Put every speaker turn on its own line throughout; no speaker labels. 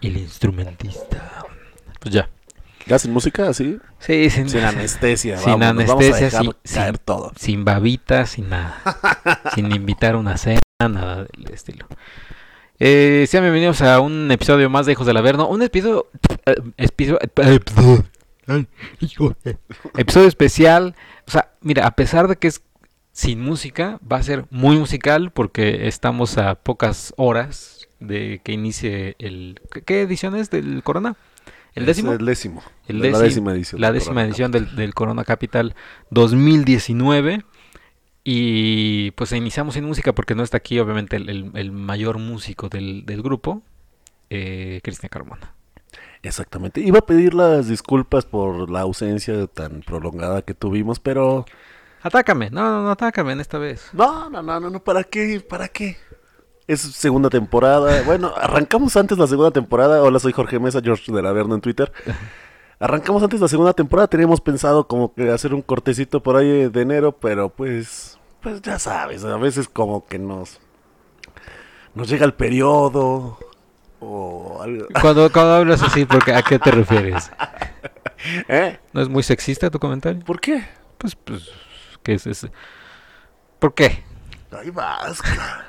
El instrumentista. Pues ya.
Ya sin música, así.
Sí, sin,
Sin anestesia.
Sin
vámonos,
anestesia,
Vamos a dejar
sin-
caer
sin-
todo.
sin babitas, sin nada. sin invitar a una cena, nada del estilo. Eh, sean bienvenidos a un episodio más de Hijos del Averno. Un episodio. eh, episodio, eh, episodio especial. O sea, mira, a pesar de que es sin música, va a ser muy musical porque estamos a pocas horas de que inicie el. ¿qué- ¿Qué edición es del Corona? ¿El décimo?
Es El décimo.
El
la
décimo-
décima edición.
la
del
décima
programa.
edición del, del Corona Capital 2019. Y pues iniciamos en música porque no está aquí, obviamente, el, el- el mayor músico del, del grupo, eh, Cristian Carmona.
Exactamente. Iba a pedir las disculpas por la ausencia tan prolongada que tuvimos, pero.
Atácame, no, no, no, atácame en esta vez.
No, no, no, no, no. ¿Para qué? ¿Para qué? Es segunda temporada. Bueno, arrancamos antes la segunda temporada. Hola, soy Jorge Mesa, George de la Verna en Twitter. Arrancamos antes la segunda temporada. Teníamos pensado como que hacer un cortecito por ahí de enero, pero pues. Pues ya sabes, a veces como que nos. Nos llega el periodo. O algo.
Cuando, cuando hablas así, porque ¿a qué te refieres?
¿Eh?
¿No es muy sexista tu comentario?
¿Por qué?
Pues, pues, ¿qué es eso? ¿Por qué?
Ahí vas, cara.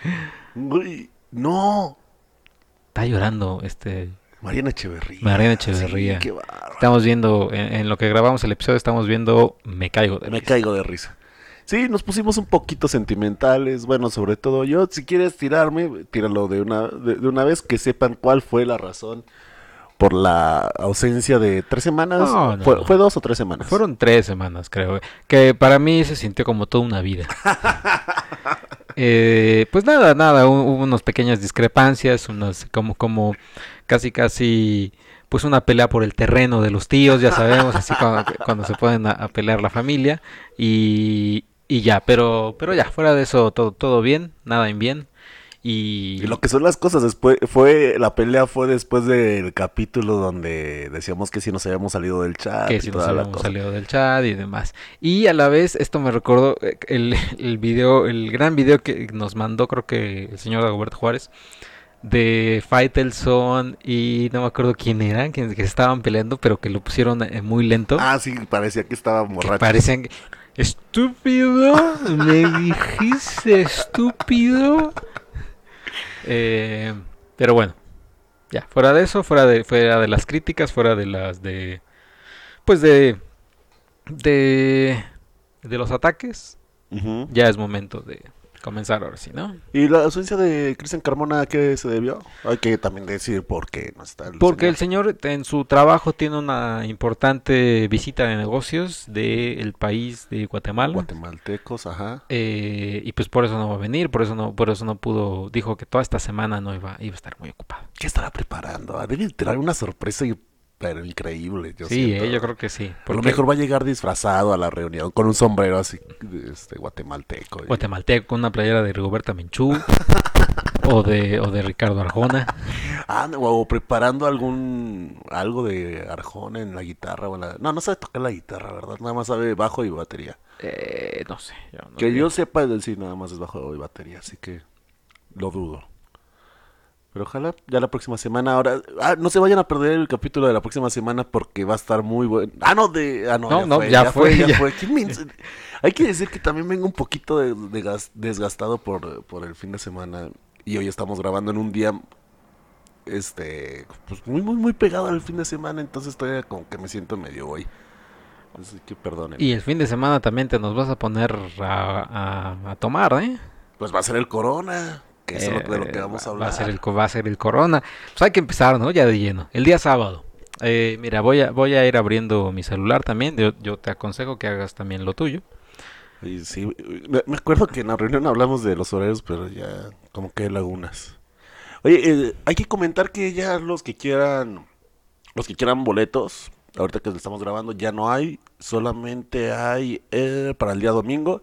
Uy, no.
Está llorando este
Mariana Echeverría.
Mariana Echeverría.
Sí, qué bárbaro.
Estamos viendo, en, en lo que grabamos el episodio, estamos viendo Me Caigo de
Me
Risa.
caigo de risa. Sí, nos pusimos un poquito sentimentales. Bueno, sobre todo yo, si quieres tirarme, tíralo de una, de, de una vez, que sepan cuál fue la razón por la ausencia de tres semanas.
No, no,
fue,
no.
fue dos o tres semanas.
Fueron tres semanas, creo. Que para mí se sintió como toda una vida. Eh, pues nada, nada, hu- hubo unas pequeñas discrepancias, unas como, como casi, casi, pues una pelea por el terreno de los tíos, ya sabemos, así cuando, cuando se pueden a, a pelear la familia y, y ya, pero, pero ya, fuera de eso, todo, todo bien, nada en bien. Y,
Y lo que son las cosas después fue la pelea fue después del capítulo donde decíamos que si nos habíamos salido del chat
que
y
si nos
toda la
habíamos
cosa.
salido del chat y demás. Y a la vez, esto me recordó eh, el, el video, el gran video que nos mandó, creo que el señor Dagoberto Juárez, de Faitelson y no me acuerdo quién eran, que, que estaban peleando, pero que lo pusieron eh, muy lento.
Ah, sí, parecía que estaba
que
borracho.
parecían que, estúpido, me dijiste estúpido. Eh, pero bueno, ya, fuera de eso, fuera de, fuera de las críticas, fuera de las de. Pues de. de. de los ataques,
Ujú.
ya es momento de comenzar ahora sí, ¿no?
¿Y la ausencia de Cristian Carmona a qué se debió? Hay que también decir por qué no está el
Porque el
señor.
señor en su trabajo tiene una importante visita de negocios del país de Guatemala.
guatemaltecos, ajá.
Eh, y pues por eso no va a venir, por eso no, por eso no pudo, dijo que toda esta semana no iba, iba a estar muy ocupado.
¿Qué estará preparando? Ah, Debe traer una sorpresa y- pero increíble. Yo
sí,
siento.
eh, yo creo que sí.
A lo
Porque
mejor va a llegar disfrazado a la reunión con un sombrero así este guatemalteco. y-
guatemalteco con una playera de Rigoberta Menchú o de, o de Ricardo Arjona.
Ah, no, o preparando algún algo de Arjona en la guitarra o en la- No, no sabe tocar la guitarra, ¿verdad? Nada más sabe bajo y batería.
Eh, no sé. yo no
Que
creo.
yo sepa decir nada más es bajo y batería, así que lo dudo. Pero ojalá ya la próxima semana. Ahora, ah, no se vayan a perder el capítulo de la próxima semana porque va a estar muy bueno. Ah, no, de. Ah,
No,
no, ya,
no,
fue,
ya
ya, fue,
fue,
ya
ya.
fue. ¿Quién me ins- Hay que decir que también vengo un poquito de- de gas- desgastado por, por el fin de semana. Y hoy estamos grabando en un día. Este. Pues muy, muy, muy pegado al fin de semana. Entonces todavía como que me siento medio hoy. Así que perdonen.
Y el fin de semana también te nos vas a poner a, a- a tomar, ¿eh?
Pues va a ser el corona, que es lo- de lo que
Eh,
vamos a
va-
hablar.
Va a ser el, co- va a ser el corona. Pues hay que empezar, ¿no? Ya de lleno. El día sábado. Eh, mira, voy a, voy a ir abriendo mi celular también. Yo, yo te aconsejo que hagas también lo tuyo.
Y sí, me, me acuerdo que en la reunión hablamos de los horarios, pero ya como que hay lagunas. Oye, eh, hay que comentar que ya los que quieran, los que quieran boletos, ahorita que lo estamos grabando, ya no hay, solamente hay eh, para el día domingo.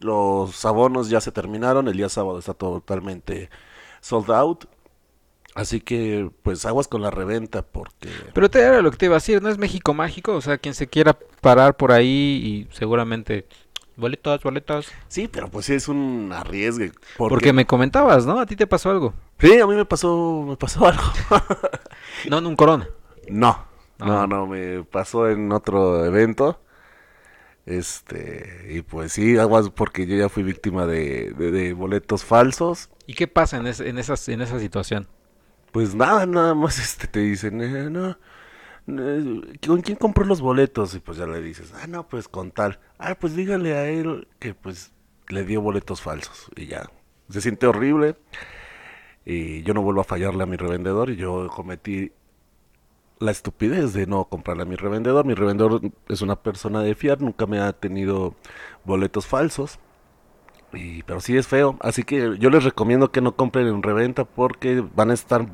Los abonos ya se terminaron, el día sábado está totalmente sold out. Así que, pues aguas con la reventa, porque...
Pero te era lo que te iba a decir, ¿no es México mágico? O sea, quien se quiera parar por ahí y seguramente... Boletas, boletas.
Sí, pero pues sí es un arriesgue.
Porque me comentabas, ¿no? A ti te pasó algo.
Sí, a mí me pasó, me pasó algo.
No, en un corona.
No,
Ah.
no, no, me pasó en otro evento. Este, y pues sí, aguas porque yo ya fui víctima de, de- de boletos falsos.
¿Y qué pasa en, es- en, esas, en esa situación?
Pues nada, nada más este te dicen, eh, no, no, ¿con quién compró los boletos? Y pues ya le dices, ah, no, pues con tal. Ah, pues dígale a él que pues le dio boletos falsos. Y ya, se siente horrible. Y yo no vuelvo a fallarle a mi revendedor. Y yo cometí la estupidez de no comprarle a mi revendedor. Mi revendedor es una persona de fiar, nunca me ha tenido boletos falsos. Y, pero sí es feo. Así que yo les recomiendo que no compren en reventa porque van a estar,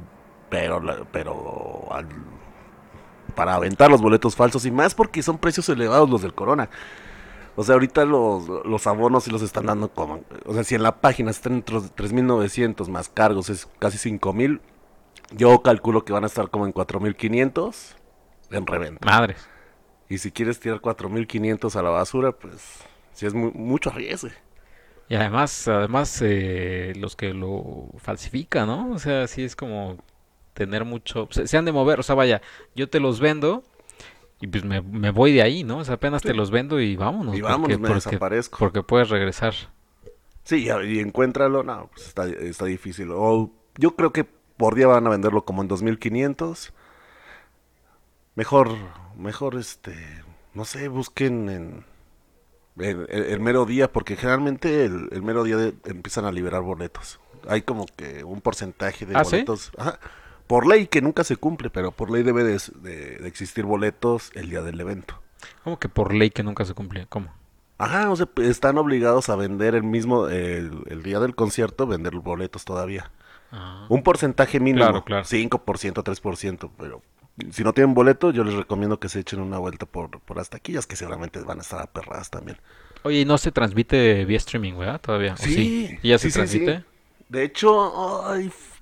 pero, la- pero al- para aventar los boletos falsos y más porque son precios elevados los del Corona. O sea, ahorita los, los abonos sí los están dando como... O sea, si en la página están entre los 3.900 más cargos, es casi 5.000. Yo calculo que van a estar como en 4.500 en reventa.
Madres.
Y si quieres tirar 4.500 a la basura, pues sí es mu- mucho riesgo.
Y además, además eh, los que lo falsifican, ¿no? O sea, sí es como tener mucho... Se, se han de mover, o sea, vaya, yo te los vendo y pues me, me voy de ahí, ¿no? O sea, apenas te los vendo y vámonos.
Y vámonos, me desaparezco.
Porque puedes regresar.
Sí, ya, y encuéntralo, no, pues está, está difícil. O yo creo que por día van a venderlo como en 2500. Mejor, mejor este, no sé, busquen en en- el, el mero día, porque generalmente el, el mero día de- empiezan a liberar boletos. Hay como que un porcentaje de
¿Ah, sí?
boletos. ajá, por ley que nunca se cumple, pero por ley debe de, de- de existir boletos el día del evento.
Como que por ley que nunca se cumple. ¿Cómo?
Ajá, o sea, p- están obligados a vender el mismo, el, el día del concierto, vender boletos todavía.
Ah.
Un porcentaje mínimo,
Claro, claro.
5%, 3%, pero si no tienen boleto, yo les recomiendo que se echen una vuelta por, por las taquillas, que seguramente van a estar aperradas también.
Oye, y no se transmite vía streaming, ¿verdad? Todavía. ¿O sí? ¿Y ya se
sí, sí, sí.
transmite?
De hecho, ay, f-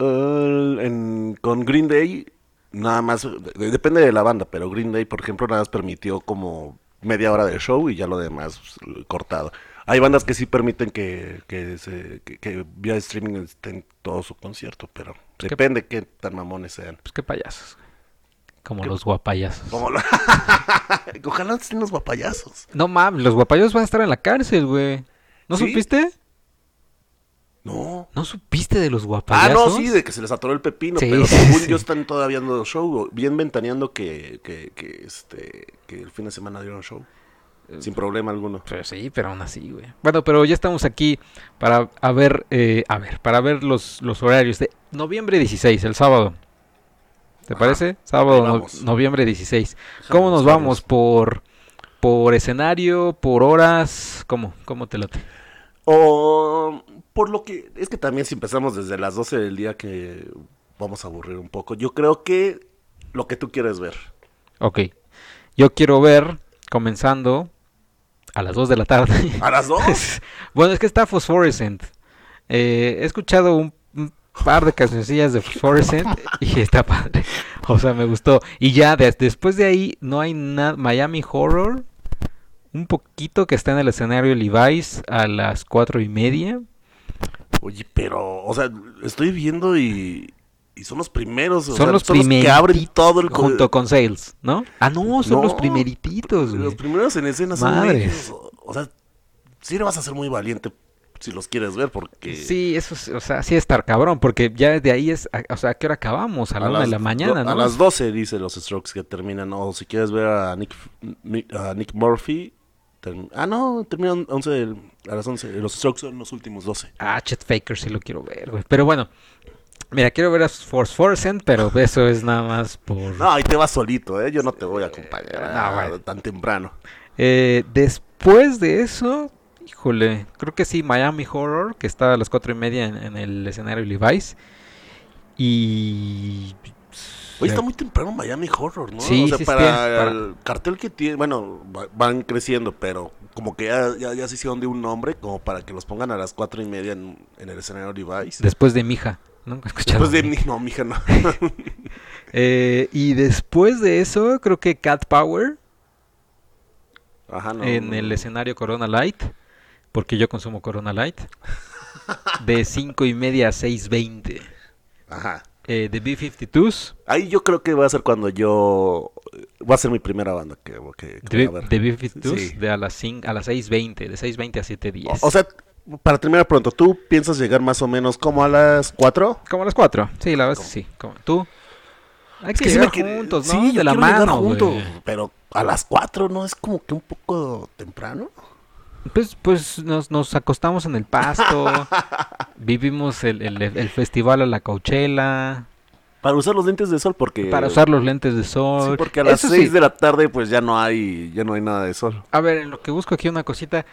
el- en- con Green Day, nada más, de- depende de la banda, pero Green Day, por ejemplo, nada más permitió como media hora de show y ya lo demás pues, cortado. Hay bandas que sí permiten que, que, se- que- que vía streaming estén todo su concierto, pero
Pues que-
depende qué tan mamones sean.
Pues qué payasos. Como los guapayasos.
Como la- Ojalá estén los guapayazos.
No mames, los guapayos van a estar en la cárcel, güey. ¿No
¿Sí?
supiste?
No.
¿No supiste de los
Ah,
guapayasos?
no, sí, de que se les atoró el pepino,
Sí,
pero
sí,
según
sí.
yo están todavía dando show, bien ventaneando que, que, que, este, que el fin de semana dieron show, sin problema alguno.
Pero Pues sí, pero aún así, güey. Bueno, pero ya estamos aquí para a ver, eh, a ver, para ver los, los horarios de noviembre 16, el sábado. ¿Te
Ajá.
parece? Sábado,
Ahí
no-
vamos.
noviembre 16. ¿Cómo nos
buscarlos.
vamos? ¿Por, ¿Por escenario? ¿Por horas? ¿Cómo? ¿Cómo te late?
O por lo que, es que también si empezamos desde las 12 del día que vamos a aburrir un poco, yo creo que lo que tú quieres ver.
Ok. Yo quiero ver, comenzando a las 2 de la tarde.
¿A las 2?
bueno, es que está Phosphorescent. Eh, he escuchado un, un par de cancioncillas de Phosphorescent y está padre. O sea, me gustó. Y ya de- después de ahí no hay nada. Miami Horror, un poquito que está en el escenario Levi's a las cuatro y media.
Oye, pero, o sea, estoy viendo y, y son los primeros,
son
o sea,
los
que abren
primeritos
todo el... co-
junto con Sales, ¿no? Ah, no, son los
No,
primerititos,
Los
güey.
primeros en escena son
Madres.
ellos. O, o sea, sí le vas a ser muy valiente si los quieres ver, porque.
Sí, eso, es- o sea, sí estar cabrón, porque ya desde ahí es, a- o sea, ¿a qué hora acabamos? A la una de
las
la
do-
mañana, ¿no?
A las 12 dice los Strokes que terminan. O si quieres ver a Nick, Nick- a Nick Murphy. term- ah, no, terminan 11 del- a las 11. Los Strokes son los últimos 12.
Ah, Chet Faker sí lo quiero ver, güey. Pero bueno, mira, quiero ver a Force Forcent, pero eso es nada más por.
No, ahí te vas solito, ¿eh? Yo no te voy a acompañar
Eh, no,
ah,
bueno.
tan temprano.
Eh, después de eso, híjole, creo que sí, Miami Horror, que está a las cuatro y media en, en el escenario Levi's. Y.
Hoy está muy temprano Miami Horror, ¿no?
Sí,
o sea,
sí, sí,
para
para-
el cartel que tiene, bueno, va- van creciendo, pero como que ya, ya, ya se hicieron de un nombre, como para que los pongan a las cuatro y media en, en el escenario Levi's.
Después de Mija, ¿no? Escucharon
Después de
Mija.
mi, no, mija, no.
Eh, y después de eso, creo que Cat Power
Ajá, no.
en
no.
el escenario Corona Light, porque yo consumo Corona Light. de 5 y media a 6.20.
Ajá.
Eh, de B-52s,
Ahí yo creo que va a ser cuando yo... eh, Va a ser mi primera banda que, que, que
de,
voy a ver.
de B-52s
Sí.
de a las, cin- a las 6.20, de 6.20 a 7.10.
O, o sea, para terminar pronto, ¿tú piensas llegar más o menos como a las 4?
como a las 4, sí, la verdad es que sí. Como- ¿Tú? Hay que,
sí
llegar
me que-
juntos, ¿no?
sí, yo
de la
quiero llegar
mano,
juntos,
güey.
Pero a las 4 no es como que un poco temprano.
Pues, pues nos, nos acostamos en el pasto, vivimos el, el- el festival a la Coachella,
Para usar los lentes de sol porque...
para usar los lentes de sol.
Eh, Sí, porque a las
Eso
6
sí,
de la tarde pues ya no hay ya no hay nada de sol.
A ver, en lo que busco aquí una cosita.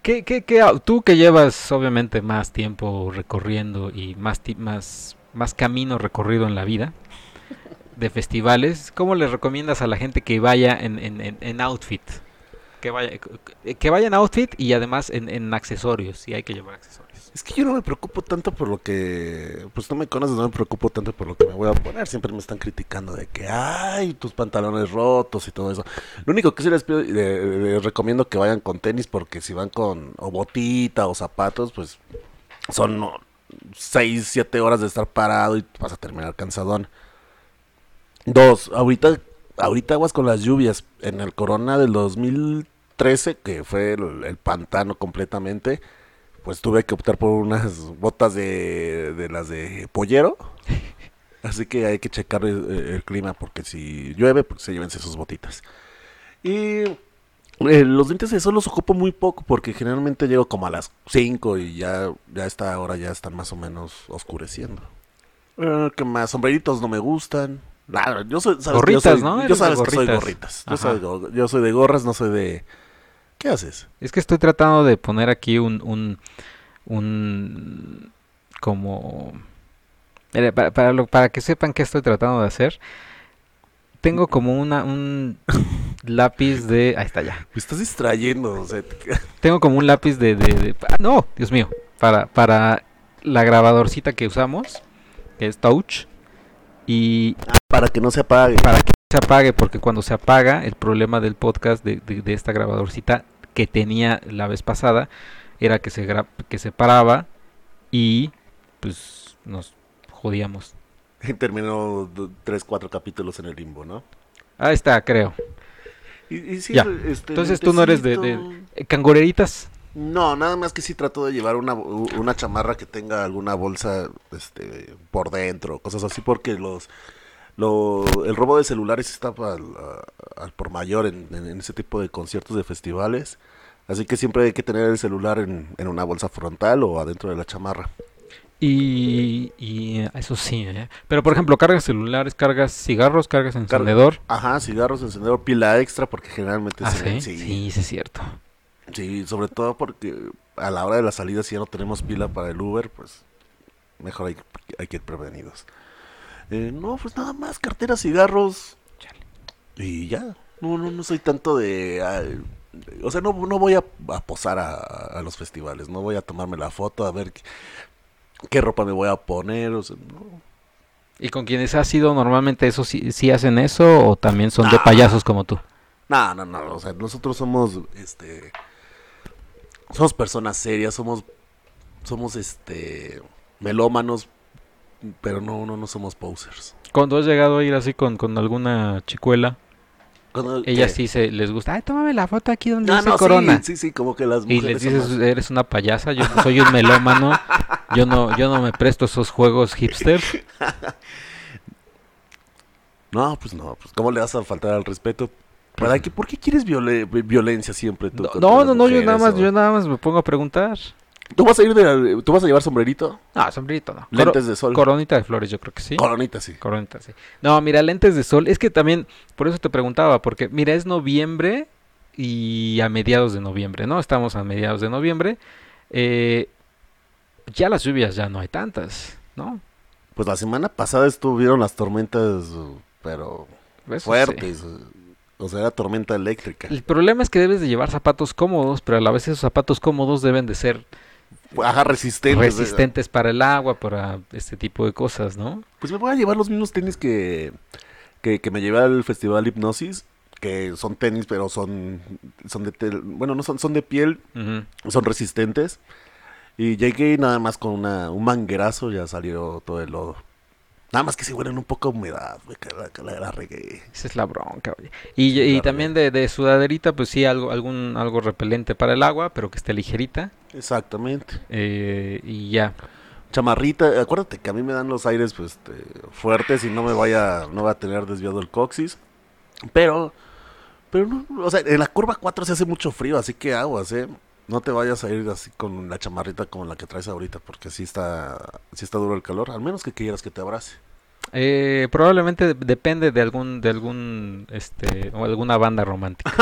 ¿Qué, qué, qué, au- tú que llevas obviamente más tiempo recorriendo y más, ti- más, más camino recorrido en la vida de festivales, ¿cómo le recomiendas a la gente que vaya en, en- en- en outfit? Que vaya, que vaya en outfit y además en, en accesorios, si hay que llevar accesorios.
Es que yo no me preocupo tanto por lo que... Pues no me conoces, no me preocupo tanto por lo que me voy a poner. Siempre me están criticando de que, ay, tus pantalones rotos y todo eso. Lo único que sí les pido, y le- les recomiendo que vayan con tenis porque si van con o botita o zapatos, pues son 6, 7 horas de estar parado y vas a terminar cansadón. Dos, ahorita, ahorita aguas con las lluvias. En el corona del 2013, que fue el, el pantano completamente, pues tuve que optar por unas botas de, de las de pollero. Así que hay que checar el, el clima, porque si llueve, pues se llévense sus botitas. Y eh, los lentes de sol los ocupo muy poco, porque generalmente llego como a las 5 y ya, ya a esta hora ya están más o menos oscureciendo. Eh, ¿Qué más? Sombreritos no me gustan. Nada, yo soy, sabes que yo
Gorritas,
soy-
¿no?
Yo
Eres de
sabes que soy
gorritas.
gorritas. Yo
Ajá.
soy, go- yo soy de gorras, no soy de... ¿Qué haces?
Es que estoy tratando de poner aquí un, un, un como Mira, para, para, lo- para que sepan qué estoy tratando de hacer, tengo como una, un lápiz de, ahí está ya,
Me estás distrayendo, o sea,
tengo como un lápiz de, de- de- ah, no, Dios mío, para, para la grabadorcita que usamos, que es touch, y
para que no se apague.
para que se apague, porque cuando se apaga, el problema del podcast de, de- de esta grabadorcita que tenía la vez pasada era que se, gra- que se paraba y pues nos jodíamos.
Terminó do- tres, cuatro capítulos en el limbo, ¿no?
Ahí está, creo.
Y, y sí,
Ya.
este,
Entonces, tú no eres de-
lentecito.
Eh, Cangureritas,
No, nada más que sí trato de llevar una, u- una chamarra que tenga alguna bolsa este, por dentro, cosas así, porque los lo, el robo de celulares está al, a- al por mayor en, en- en ese tipo de conciertos de festivales, así que siempre hay que tener el celular en, en una bolsa frontal o adentro de la chamarra.
Y, y, eh, eso sí, ¿eh? Pero por ejemplo, cargas celulares, cargas cigarros, cargas encendedor.
Ajá, cigarros, encendedor, pila extra, porque generalmente
Ah,
se-
sí, sí, sí es cierto.
Sí, sobre todo porque a la hora de la salida, si ya no tenemos pila para el Uber, pues mejor hay, hay que ir prevenidos. Eh, no, pues nada más, cartera, cigarros.
Chale.
Y ya. No, no, no soy tanto de. ay, o sea, no, no voy a, a posar a, a los festivales. No voy a tomarme la foto, a ver qué, qué ropa me voy a poner. O sea, no.
¿Y con quienes has sido normalmente eso sí, sí hacen eso o también son de
Ah.
payasos como tú?
No, no, no. O sea, nosotros somos, este, somos personas serias, somos, somos, este, melómanos, pero no, no, no somos posers.
Cuando has llegado a ir así con, con alguna chicuela,
Cuando-
ellas
¿qué?
sí se les gusta, ay, tómame la foto aquí donde
No,
dice
no, sí,
corona.
Sí, sí, como que las
Y les
mujeres. son
dices,
más-
eres una payasa, yo soy un melómano, yo no, yo no me presto esos juegos hipster.
No, pues no, pues cómo le vas a faltar al respeto. ¿Para qué? ¿Por qué quieres viole- violencia siempre tú?
No,
contra
no,
las
no, no, yo
mujeres,
nada más,
o-
yo nada más me pongo a preguntar.
¿Tú vas a ir de, la- tú vas a llevar sombrerito,
Ah, sombrerito, no. Coro-
lentes de sol,
coronita de flores, yo creo que sí.
coronita, sí.
Coronita, sí. No, mira, lentes de sol, es que también, por eso te preguntaba, porque mira, es noviembre y a mediados de noviembre, ¿no? Estamos a mediados de noviembre. eh, ya las lluvias ya no hay tantas, ¿no?
Pues la semana pasada estuvieron las tormentas, pero
Eso sí.
fuertes. O sea, era tormenta eléctrica.
El problema es que debes de llevar zapatos cómodos, pero a la vez esos zapatos cómodos deben de ser
Ajá, resistente.
resistentes para el agua, para este tipo de cosas, ¿no?
Pues me voy a llevar los mismos tenis que, que, que me llevé al festival Hipnosis, que son tenis, pero son, son de tel- bueno, no son, son de piel,
Ujú.
son resistentes. Y llegué y nada más con una, un manguerazo ya salió todo el lodo. Nada más que se huelen un poco a humedad, güey, que la, que la- la regué.
Esa es la bronca, oye. Y, y
claro.
también de, de sudaderita, pues sí, algo, algún, algo repelente para el agua, pero que esté ligerita.
Exactamente.
eh, y ya.
Chamarrita, acuérdate que a mí me dan los aires pues, este, fuertes y no me vaya, no va a tener desviado el coxis. Pero, pero no, o sea, en la curva 4 se hace mucho frío, así que aguas, eh. No te vayas a ir así con la chamarrita como la que traes ahorita, porque sí está, sí está duro el calor, al menos que quieras que te abrace.
Eh, probablemente de- depende de algún, de algún, este, o alguna banda romántica.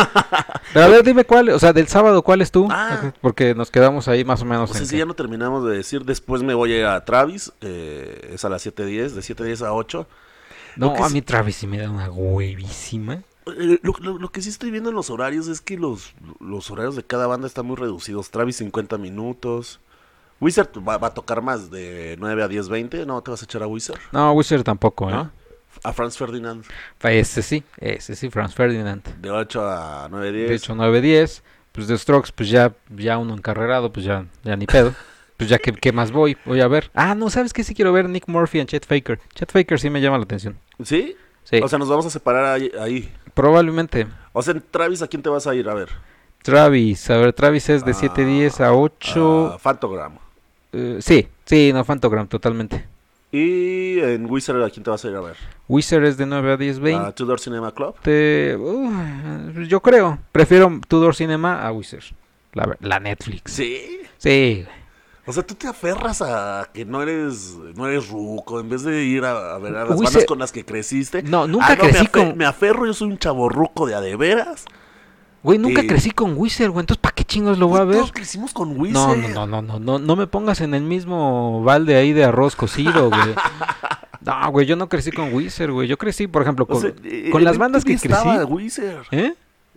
Pero a ver, dime cuál, o sea, del sábado, ¿cuál es tú?
Ah.
Porque nos quedamos ahí más o menos.
O sea,
en
si
que-
ya no terminamos de decir, después me voy a ir a Travis, eh, es a las 7.10, de 7.10 a 8.
No,
lo que
a
sí-
mí Travis sí me da una huevísima.
Eh, Lo, lo- lo que sí estoy viendo en los horarios es que los, los horarios de cada banda están muy reducidos. Travis 50 minutos. Wizard va, va a tocar más de 9 a 10, 20. No, te vas a echar a Wizard.
No, Wizard tampoco, ¿eh?
¿No? A Franz Ferdinand
Ese sí, ese sí, Franz Ferdinand.
de 8 a 9, 10.
De hecho, 9-10. Pues de Strokes, pues ya, ya uno encarrerado, pues ya, ya ni pedo. Pues ya, ¿qué, qué más voy? Voy a ver. Ah, no, ¿sabes qué? Sí quiero ver Nick Murphy en Chet Faker. Chet Faker sí me llama la atención.
¿Sí?
Sí,
O sea, nos vamos a separar ahí, ahí.
probablemente.
O sea, en Travis, ¿a quién te vas a ir? A ver.
Travis, a ver, Travis es de
Ah,
7-10 a 8.
A Phantogram.
eh, sí, sí, no, Fantogram, totalmente.
Y en Wizard, ¿a quién te vas a ir? A ver.
Wizard es de 9 a 10, 20.
A Tudor Cinema Club.
uh, yo creo, prefiero Tudor Cinema a Wizard. La, ver- la Netflix.
Sí.
Sí, güey.
O sea, tú te aferras a que no eres, no eres ruco, en vez de ir a, a ver a las
Uy,
bandas
se-
con las que creciste.
No, nunca
Ah, me
crecí
afe-
con-
Me aferro, yo soy un chavo ruco de a de veras.
Güey, nunca
Sí.
crecí con Wizard, güey. Entonces, ¿para qué chingos lo voy a
Pues
ver?
Todos crecimos con
No,
Wizard.
no, no, no, no, no, no me pongas en el mismo balde ahí de arroz cocido, güey. No, güey, yo no crecí con Wizard, güey. Yo crecí, por ejemplo, con,
O sea, eh,
con
en
las bandas que
MTV
crecí.
estaba Wizard.
¿Eh?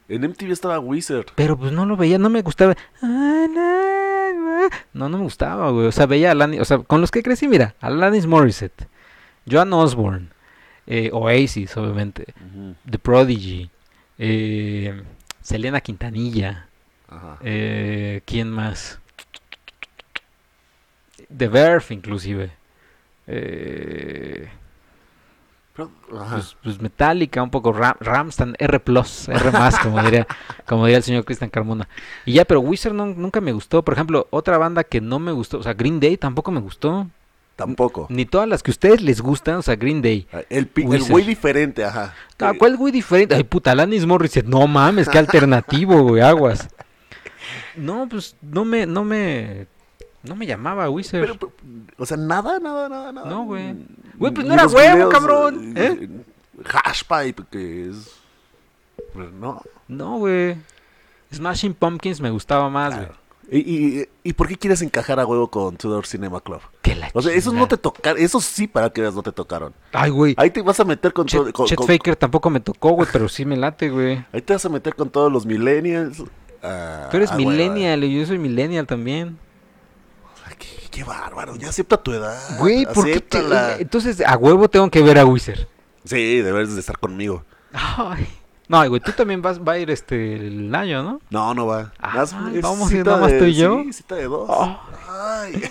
En MTV estaba Wizard.
Pero pues no lo veía, no me gustaba. Ah, na, na. No, no me gustaba, güey. O sea, veía a Alanis, o sea, con los que crecí, mira, Alanis Morissette, Joan Osborne, eh, Oasis, obviamente,
Ujú,
The Prodigy, eh, Selena Quintanilla.
ajá.
Eh, ¿Quién más? The Verf, inclusive. Eh,
Pero- ajá.
pues, pues Metallica, un poco Ram, Ramstan, R, R, como diría, como diría el señor Cristian Carmona. Y ya, pero Wizard no- nunca me gustó. Por ejemplo, otra banda que no me gustó, o sea, Green Day tampoco me gustó.
Tampoco.
Ni todas las que a ustedes les gustan, o sea, Green Day.
Ah, El, pi- el
Wizard.
güey diferente, ajá.
Ah, ¿Cuál güey diferente? Ay, puta, Alanis Morissette. No mames, qué alternativo, güey, aguas. No, pues no me, no me, no me llamaba Wizard.
Pero, pero, o sea, nada, nada, nada, nada.
No, güey. Güey, pues
Ni
no era
los
huevo, cabrón,
eh, Hashpipe, que es. pues, no.
No, güey. Smashing Pumpkins me gustaba más, güey.
¿Y, y, y por qué quieres encajar a huevo con Tudor Cinema Club?
Que la
O sea, esos no te
chingada.
tocaron, esos sí para que veas no te tocaron.
Ay, güey.
Ahí te vas a meter con, todo-
Chet,
con-
Chet
con-
Faker tampoco me tocó, güey, pero sí me late, güey.
ahí te vas a meter con todos los millennials. ah,
Tú eres
ah, güey,
millennial y yo soy millennial también.
ay, qué, qué bárbaro, ya acepta tu edad.
Güey, ¿por qué te-
Ah,
eh,
acéptala.
Entonces, a huevo tengo que ver a Wizard.
Sí, debes de estar conmigo.
Ay. No, güey, tú también vas, va a ir este, el año, ¿no?
No, no va.
Ah,
Más-
ay,
es
vamos a ir
cita
nomás
de-
tú y yo.
Sí, cita de dos.
Oh.
Ay.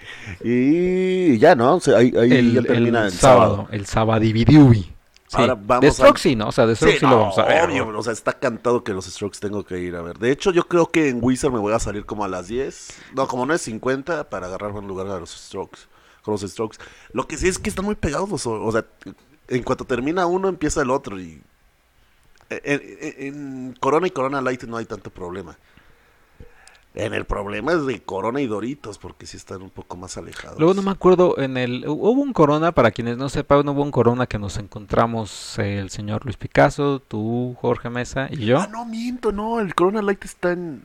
y ya, ¿no? O sea, ahí ahí
el,
ya termina
el
el,
sábado, El sábado Sí.
Ahora
de
vamos
Strokes
a-
sí, ¿no? O sea, de Strokes sí,
no,
lo vamos a ver.
obvio,
güey.
o sea, está cantado que los Strokes tengo que ir a ver. De hecho, yo creo que en Wizard me voy a salir como a las 10. No, como no es 50 para agarrar buen lugar a los Strokes. Con los Strokes. Lo que sí es que están muy pegados. los- O, o sea, en cuanto termina uno, empieza el otro. Y en, en- en Corona y Corona Light no hay tanto problema. En el problema es de Corona y Doritos, porque sí están un poco más alejados.
Luego no me acuerdo, en el hubo un corona, para quienes no sepan, hubo un corona que nos encontramos eh, el señor Luis Picasso, tú, Jorge Mesa y yo.
Ah, no, miento, no. El Corona Light está en.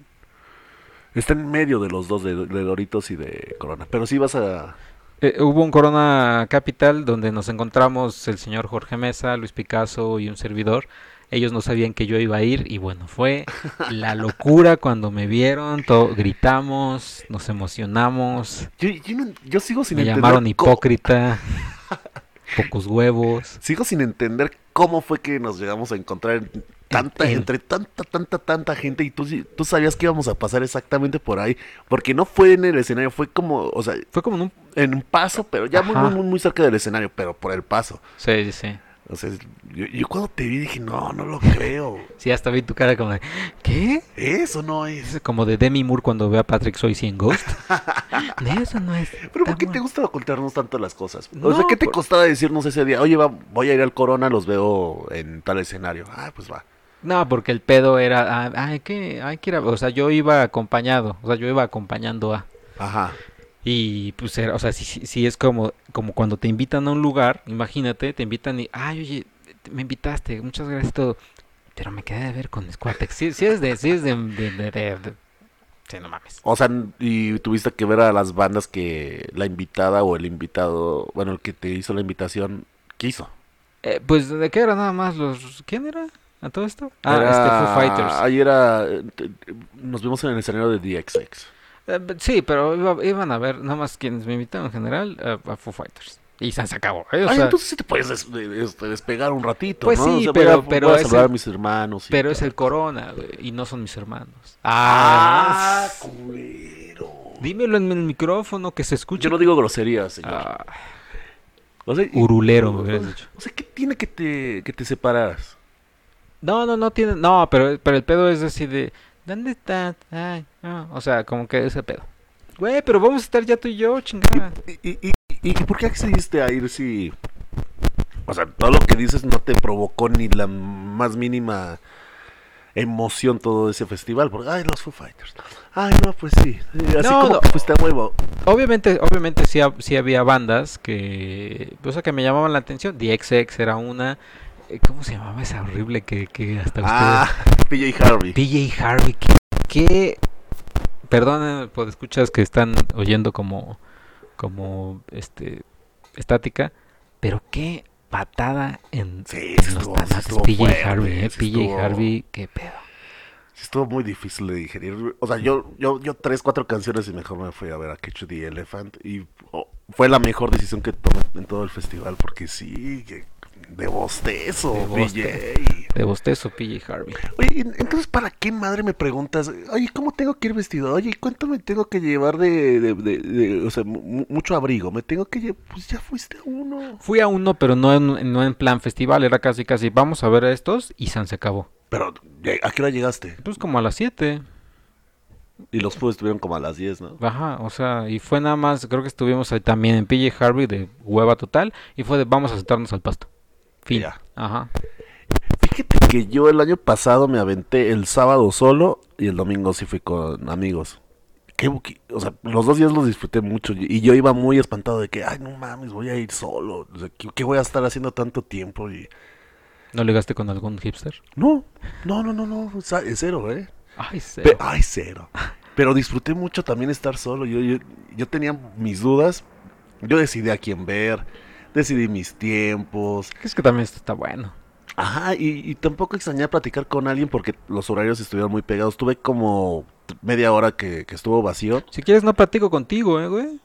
Está en medio de los dos, de, de Doritos y de Corona. Pero sí vas a.
Eh, hubo un corona capital donde nos encontramos el señor Jorge Mesa, Luis Picasso y un servidor. Ellos no sabían que yo iba a ir y bueno, fue la locura cuando me vieron, to- gritamos, nos emocionamos,
Yo, yo no- yo sigo sin
me
entender.
llamaron
co-
hipócrita, pocos huevos.
Sigo sin entender cómo fue que nos llegamos a encontrar en tanta,
el-
entre tanta, tanta, tanta gente y tú, sí- tú sabías que íbamos a pasar exactamente por ahí, porque no fue en el escenario, fue como, o sea,
Fue como en un...
en un paso, pero ya muy,
Ajá.
muy, muy, muy cerca del escenario, pero por el paso.
Sí, sí, sí.
O sea, yo, yo cuando te vi dije, no, no lo creo.
Sí, hasta vi tu cara como de... ¿Qué?
Eso no es.
Es como de Demi Moore cuando ve a Patrick Swayze en Ghost. De eso no es.
Pero ¿por qué
tan
te
bueno.
gusta contarnos tanto las cosas? O
No,
sea, ¿qué te
por-
costaba decirnos ese día? Oye, va, voy a ir al Corona, los veo en tal escenario. Ah, pues va.
No, porque el pedo era... ah, Ay, que, ay, que era... O sea, yo iba acompañado. O sea, yo iba acompañando a...
Ajá.
Y pues era, o sea, si, si, si es como, como cuando te invitan a un lugar, imagínate, te invitan y, ay, oye, te- me invitaste, muchas gracias y todo, pero me quedé de ver con mis cuates. Si, si es de, si es de, de, de- de- de- sí, no mames.
O sea, y tuviste que ver a las bandas que la invitada o el invitado, bueno, el que te hizo la invitación, quiso.
Eh, pues, ¿de qué era nada más los, quién era? ¿A todo esto? Ah,
Era-
este, Foo Fighters.
Ahí era, eh, te- te- nos vimos en el escenario de DXX.
Eh, pe- sí, pero iba- iban a ver, nada más quienes me invitaron en general, eh, a- a Foo Fighters. Y se se acabó. ¿eh? O
Ay,
sea,
entonces sí te puedes des- de- des- de despegar un ratito,
Pues
¿no?
sí,
O sea,
pero-
voy a-
pero
voy a
es
saludar
el-
a mis hermanos. y
pero es
tal.
el corona, güey, y no son mis hermanos.
¡Ah,
Ah,
culero!
dímelo en el micrófono que se escuche.
Yo no digo groserías, señor.
Ah.
O sea, y-
Urulero, me
o-
hubieras
o-
dicho.
O sea, ¿qué tiene que te, que te separaras?
No, no, no tiene. No, pero, pero el pedo es así de. ¿Dónde está? Ay, no", O sea, como que ese pedo. Güey, pero vamos a estar ya tú y yo, chingada.
¿Y, y, y, y por qué accediste a ir si... O sea, todo lo que dices no te provocó ni la más mínima emoción todo ese festival. Porque, ay, los Foo Fighters. Ay, no, pues sí. Eh, Así
No,
como
no.
que fuiste a huevo.
Obviamente, obviamente sí, hab- sí había bandas que. O sea, que me llamaban la atención. DXX era una. eh, ¿Cómo se llamaba esa horrible que, que hasta ustedes.
Ah, PJ Harvey.
PJ Harvey, ¿qué? qué- Perdón, eh, por escuchas que están oyendo como, como, este, estática, pero qué patada en,
Sí,
en
sí
los
estuvo- sí
tanates.
estuvo
PJ
fuerte,
Harvey, eh,
sí
PJ
estuvo-
Harvey, qué pedo.
Sí, estuvo muy difícil de digerir. O sea, yo, yo, yo tres, cuatro canciones y mejor me fui a ver a Catch the Elephant. Y oh, fue la mejor decisión que tomé en todo el festival porque sí, que- de bostezo,
De boste.
DJ.
De bostezo, PJ Harvey.
Oye, en- entonces, ¿para qué madre me preguntas? Oye, ¿cómo tengo que ir vestido? Oye, ¿cuánto me tengo que llevar de, de- de- de- o sea, mu- mu- mucho abrigo? Me tengo que llevar, pues ya fuiste a uno.
Fui a uno, pero no en, no en plan festival, era casi casi, vamos a ver a estos y San se acabó.
Pero, ¿a qué hora llegaste?
Pues como a las 7,
Y los fútbol estuvieron como a las 10, ¿no?
Ajá, o sea, y fue nada más, creo que estuvimos ahí también en PJ Harvey de hueva total y fue de vamos a sentarnos al pasto. Fin.
Ya.
Ajá.
Fíjate que yo el año pasado me aventé el sábado solo y el domingo sí fui con amigos. Qué bu- qué- o sea, los dos días los disfruté mucho y y yo iba muy espantado de que, ay, no mames, voy a ir solo. O sea, ¿qué, qué voy a estar haciendo tanto tiempo? Y...
¿No ligaste con algún hipster?
No, no, no, no, no, o sea, es cero, ¿eh?
Ay, cero.
Pe- ay, cero. Pero disfruté mucho también estar solo. Yo, yo, yo tenía mis dudas. Yo decidí a quién ver, decidí mis tiempos,
Es que también esto está bueno.
Ajá, y, y tampoco extrañé platicar con alguien porque los horarios estuvieron muy pegados. Tuve como media hora que, que estuvo vacío.
Si quieres no platico contigo, eh, güey.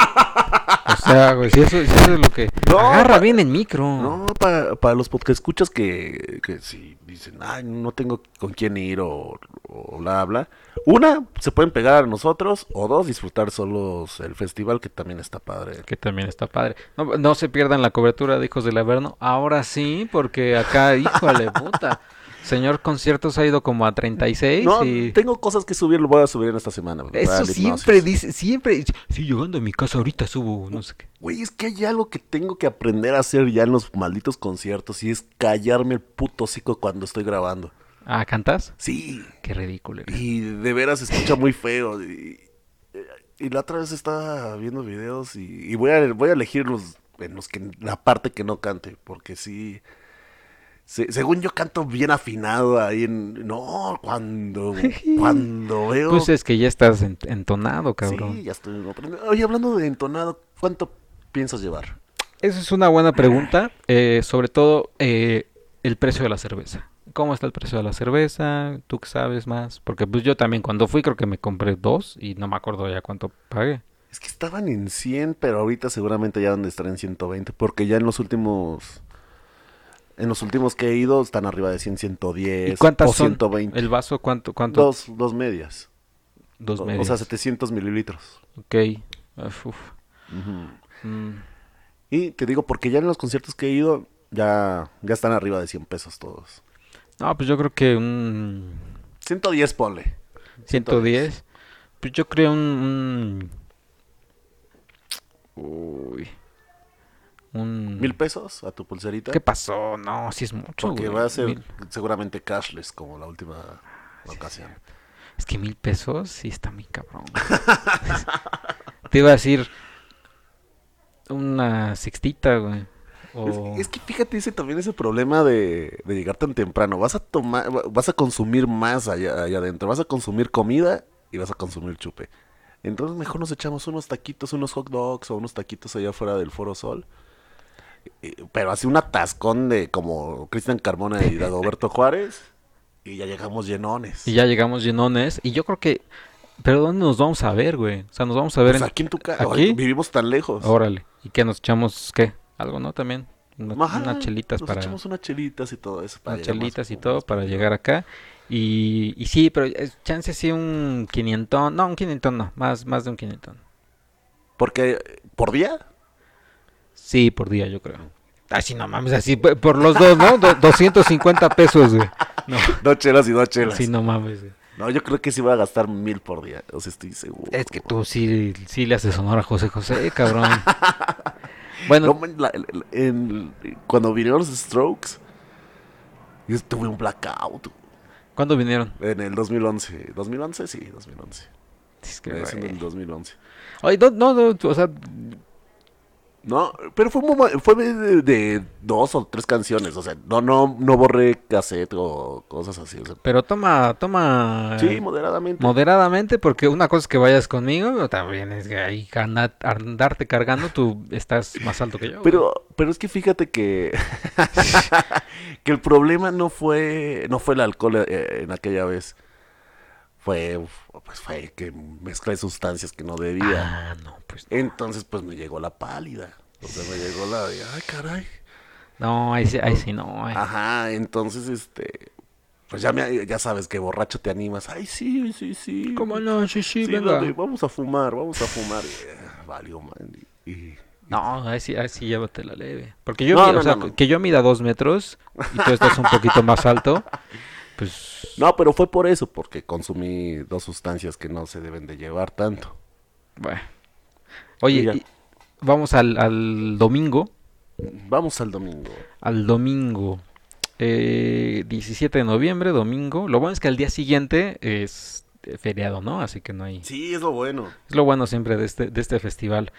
o sea, güey, si eso, si eso es lo que...
No,
Agarra
pa-
bien el micro.
No, para, para los podcasts escuchas que, que si dicen, ay, no tengo con quién ir o, o bla, bla. Una, se pueden pegar a nosotros. O dos, disfrutar solos el festival que también está padre.
Que también está padre. No, no se pierdan la cobertura de Hijos del Averno. Ahora sí, porque acá, híjole, puta. Señor Conciertos ha ido como a 36
No,
y...
tengo cosas que subir, lo voy a subir en esta semana. para
Eso
la
siempre
hipnosis.
dice, siempre. Sí, llegando a mi casa ahorita subo, no sé qué.
Güey, es que hay algo que tengo que aprender a hacer ya en los malditos conciertos y es callarme el puto hocico cuando estoy grabando.
Ah, ¿cantas?
Sí,
Qué ridículo. Pues eres.
y de veras se escucha muy feo. Y, y la otra vez estaba viendo videos y, y voy, a, voy a elegir los, en los que, la parte que no cante, porque sí. se- según yo canto bien afinado ahí en. No, cuando, cuando veo.
Pues es que ya estás en- entonado, cabrón.
sí, ya estoy aprendiendo. Oye, hablando de entonado, ¿cuánto piensas llevar?
Esa es una buena pregunta. eh, sobre todo, eh, el precio de la cerveza. ¿Cómo está el precio de la cerveza? ¿Tú que sabes más? Porque pues yo también cuando fui creo que me compré dos y no me acuerdo ya cuánto pagué.
Es que estaban en 100, pero ahorita seguramente ya van a estar en 120, porque ya en los últimos En los últimos que he ido están arriba de 100, 110
¿Y cuántas
o
son?
120.
¿El vaso cuánto? cuánto?
Dos, dos medias.
Dos
O-
medias.
O sea, 700 mililitros.
Ok. Uf, uf.
Ujú.
Mm.
Y te digo, porque ya en los conciertos que he ido, ya, ya están arriba de 100 pesos todos.
No, pues yo creo que un
110 ponle.
110. Pues yo creo un... un- Uy. Un...
¿Mil pesos a tu pulserita?
Mm. ¿Qué pasó? No, sí es mucho,
Porque
güey,
va a ser
mil.
seguramente cashless como la última ocasión.
Es que mil pesos sí está muy cabrón. güey. Te iba a decir una sextita, güey. O...
Es, es que fíjate ese también ese problema de, de llegar tan temprano. Vas a tomar, va- vas a consumir más allá, allá adentro. Vas a consumir comida y vas a consumir chupe. Entonces mejor nos echamos unos taquitos, unos hot dogs o unos taquitos allá afuera del Foro Sol. Eh, Pero así un atascón de como Cristian Carmona y Dagoberto Juárez. Y ya llegamos llenones.
Y ya llegamos llenones. Y yo creo que... ¿Pero dónde nos vamos a ver, güey? O sea, nos vamos a ver
Pues
en...
aquí en tu casa.
¿Aquí?
Vivimos tan lejos.
Órale. ¿Y qué nos echamos? ¿Qué? ¿Algo, no? También. Una-
Ajá,
unas chelitas
nos
para...
echamos unas chelitas y todo eso. para
unas
llegar más-
chelitas y todo para llegar acá. Y, y sí, pero es- chance sí un quinientón. No, un quinientón no. Más, más de un quinientón.
Porque, eh, ¿por día?
Sí, por día, yo creo. Así no mames, así p- por los dos, ¿no? Do- 250 pesos, güey. No,
Dos chelas y dos chelas.
sí, no mames. güey.
No, yo creo que sí voy a gastar mil por día. O sea, estoy seguro.
Es que tú sí, sí le haces honor a José José, cabrón. Bueno,
No, man, la- la- la- en- cuando vinieron los Strokes, yo tuve un blackout.
¿cuándo vinieron?
En el 2011. ¿2011? Sí, 2011.
Es que,
Me dicen
güey.
el 2011.
Oye, no, no, no, o sea,
No, pero fue, un momen- fue de, de dos o tres canciones. O sea, no, no, no borré cassette o cosas así. o sea,
pero toma, toma.
sí, moderadamente.
Moderadamente, porque una cosa es que vayas conmigo, pero también es que ahí anda- andarte cargando, tú estás más alto que yo. güey.
Pero, pero es que fíjate que, que el problema no fue, no fue el alcohol eh, en aquella vez. Fue, pues fue que mezclé sustancias que no debía.
Ah, no, pues.
Entonces, pues me llegó la pálida. O sea, me llegó la de, ay, caray.
No, ahí sí, ahí sí no. ahí-
Ajá, entonces, este, pues ya, me, ya sabes que borracho te animas. Ay, sí, sí, sí.
¿Cómo no? Sí, sí,
Sí,
venga.
dale, vamos a fumar, vamos a fumar. Y, eh, valió, man. Y- y
No, ahí sí, ahí sí llévate la leve. Porque yo,
No,
mi- o
no,
sea,
no, no.
que yo mida dos metros y tú estás un poquito más alto, pues
No, pero fue por eso, porque consumí dos sustancias que no se deben de llevar tanto.
bueno. Oye,
Mira.
y- vamos al, al domingo.
Vamos al domingo.
Al domingo. Eh, 17 de noviembre, domingo. Lo bueno es que al día siguiente es eh, feriado, ¿no? Así que no hay...
Sí, es lo bueno.
Es lo bueno siempre de este, de este festival.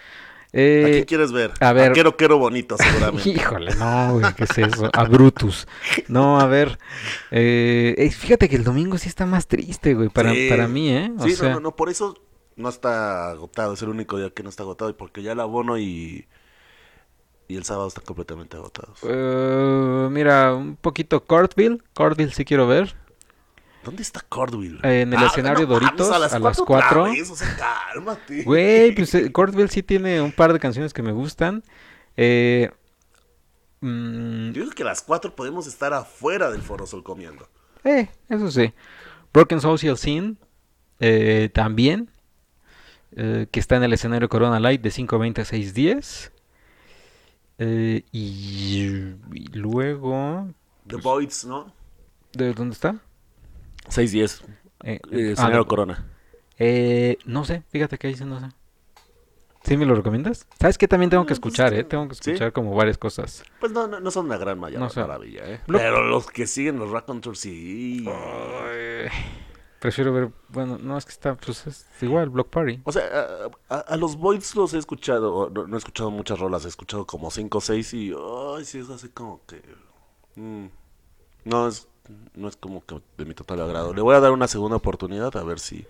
¿A quién
Eh,
quieres ver?
a ver.
Quiero, quiero bonito, seguramente.
Híjole, no, güey, ¿qué es eso? A Brutus. No, a ver. eh, eh, fíjate que el domingo sí está más triste, güey, para,
Sí.
para mí, ¿eh? O
sí,
sea,
no, no, no, por eso no está agotado. Es el único día que no está agotado, y porque ya el abono y, y el sábado están completamente agotados.
eh, mira, un poquito Cortville. Cortville sí quiero ver.
¿Dónde está Cordwell? Ah,
Eh, en el escenario Doritos, a las
cuatro
cuatro.
otra vez, o sea, cálmate.
Güey, pues eh, Cortville sí tiene un par de canciones que me gustan. Eh, mm,
Yo digo que a las 4 podemos estar afuera del Foro Sol comiendo.
eh, eso sí. Broken Social Scene eh, también. eh, que está en el escenario Corona Light de 5.20 a 6.10. Eh, y, y luego.
The Voids, ¿no?
¿De dónde está?
6-10.
Eh, ah,
Eh, escenario
de-
Corona.
eh, no sé, fíjate que ahí sí no sé. ¿Sí me lo recomiendas? ¿Sabes que También tengo que
Ah, pues
escuchar,
está-
¿eh? Tengo que
¿Sí?
escuchar como varias cosas.
Pues no, no, no son una gran maya-
No sé.
maravilla, ¿eh?
Lo-
Pero los que siguen los Rock Control sí.
Prefiero ver. Bueno, no es que está. Pues es igual, Block Party.
O sea, a, a- a los Voids los he escuchado, o no, no he escuchado muchas rolas, he escuchado como 5 o 6 y, ay, sí, es así como que... mm, no, es, no es como que de mi total agrado. Le voy a dar una segunda oportunidad a ver si,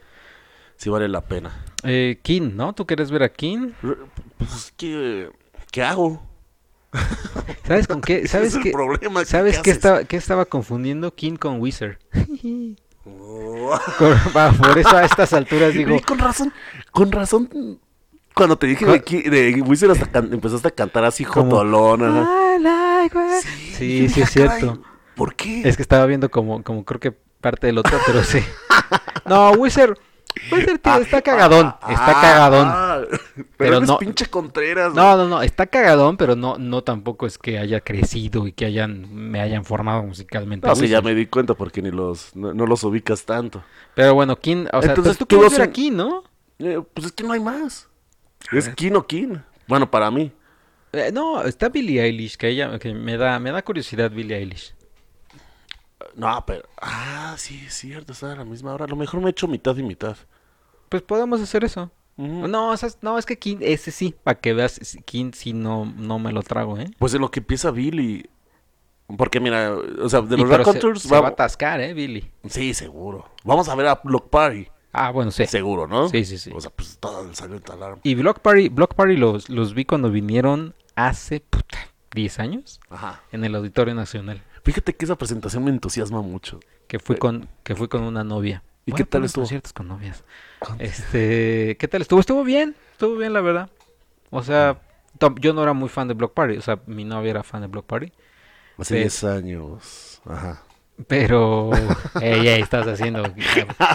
si vale la pena.
Eh, King, ¿no? ¿Tú quieres ver a King?
R- Pues, ¿qué, qué hago?
¿Sabes con qué? ¿Sabes
es el
qué?
problema.
¿Sabes qué
haces?
estaba, qué estaba confundiendo King con Wizard?
Oh.
Con- va, por eso a estas alturas digo,
Oye, con razón, con razón. Cuando te dije
Con-
de, Ki- de Wizard hasta can- empezaste a cantar así
Como-
jotolón. ajá.
"Ah, la, ay, güey. Sí, sí, es cierto.
ah, ¿Por qué?
Es que estaba viendo como, como creo que parte del otro, pero sí. No, Wizard. Wizard,
Ah,
tío, está cagadón. Está cagadón.
pero,
Pero
eres
no-
pinche Contreras.
No, no, no, está cagadón, pero no, no tampoco es que haya crecido y que hayan, me hayan formado musicalmente.
No, sí, ya
Wizard.
me di cuenta porque ni los, no, no los ubicas tanto.
Pero bueno, King, o sea,
Entonces,
pues tú
tú
quieres
vas
ver
en-
aquí, ¿no?
Eh, pues es que no hay más. Es Kin o Kin. Bueno, para mí.
Eh, no, está Billie Eilish, que ella, que me da, me da curiosidad Billie Eilish.
No, pero. Ah, sí, es cierto, está a la misma hora. A lo mejor me echo mitad y mitad. Mm.
Pues podemos hacer eso.
Ujú.
No, o sea, no, es que King, ese sí, para que veas, es- King sí no, no me lo trago, ¿eh?
Pues en lo que empieza Billy. Porque mira, o sea, de
Y
los
pero
Rock
se,
Tours
se va a
vamos.
atascar, ¿eh, Billie?
Sí, seguro. Vamos a ver a Block Party.
Ah, bueno, sí.
Seguro, ¿no?
Sí, sí, sí.
O sea, pues todo el salió de alarma.
Y Block Party, Block Party los, los vi cuando vinieron hace, puta, 10 años
Ajá.
en el Auditorio Nacional.
Fíjate que esa presentación me entusiasma mucho.
que fui con que fui con una novia.
¿Y
Voy
qué
a
tal
puros
estuvo? Ah.
conciertos con novias. Este, ¿qué tal estuvo? Estuvo bien, estuvo bien la verdad. O sea, tam- yo no era muy fan de Block Party, o sea, mi novia era fan de Block Party,
Hace
Sí.
10 años. Ajá.
pero ey, ey, estás haciendo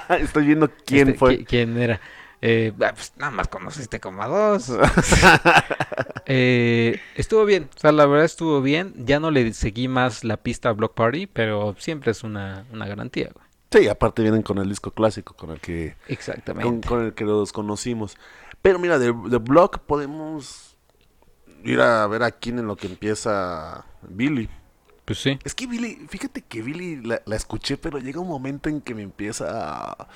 Estoy viendo quién
este,
fue.
qui- ¿Quién era? Eh, ah, pues nada más conociste como a dos. Eh, estuvo bien, o sea, la verdad estuvo bien. Ya no le seguí más la pista a Block Party, pero siempre es una, una garantía. güey.
Sí, aparte vienen con el disco clásico, con el que con,
Exactamente.
con el que los conocimos. Pero mira, de, de Block podemos ir a ver a quién en lo que empieza Billy.
Pues sí.
Es que Billy, fíjate que Billy la, la escuché, pero llega un momento en que me empieza a...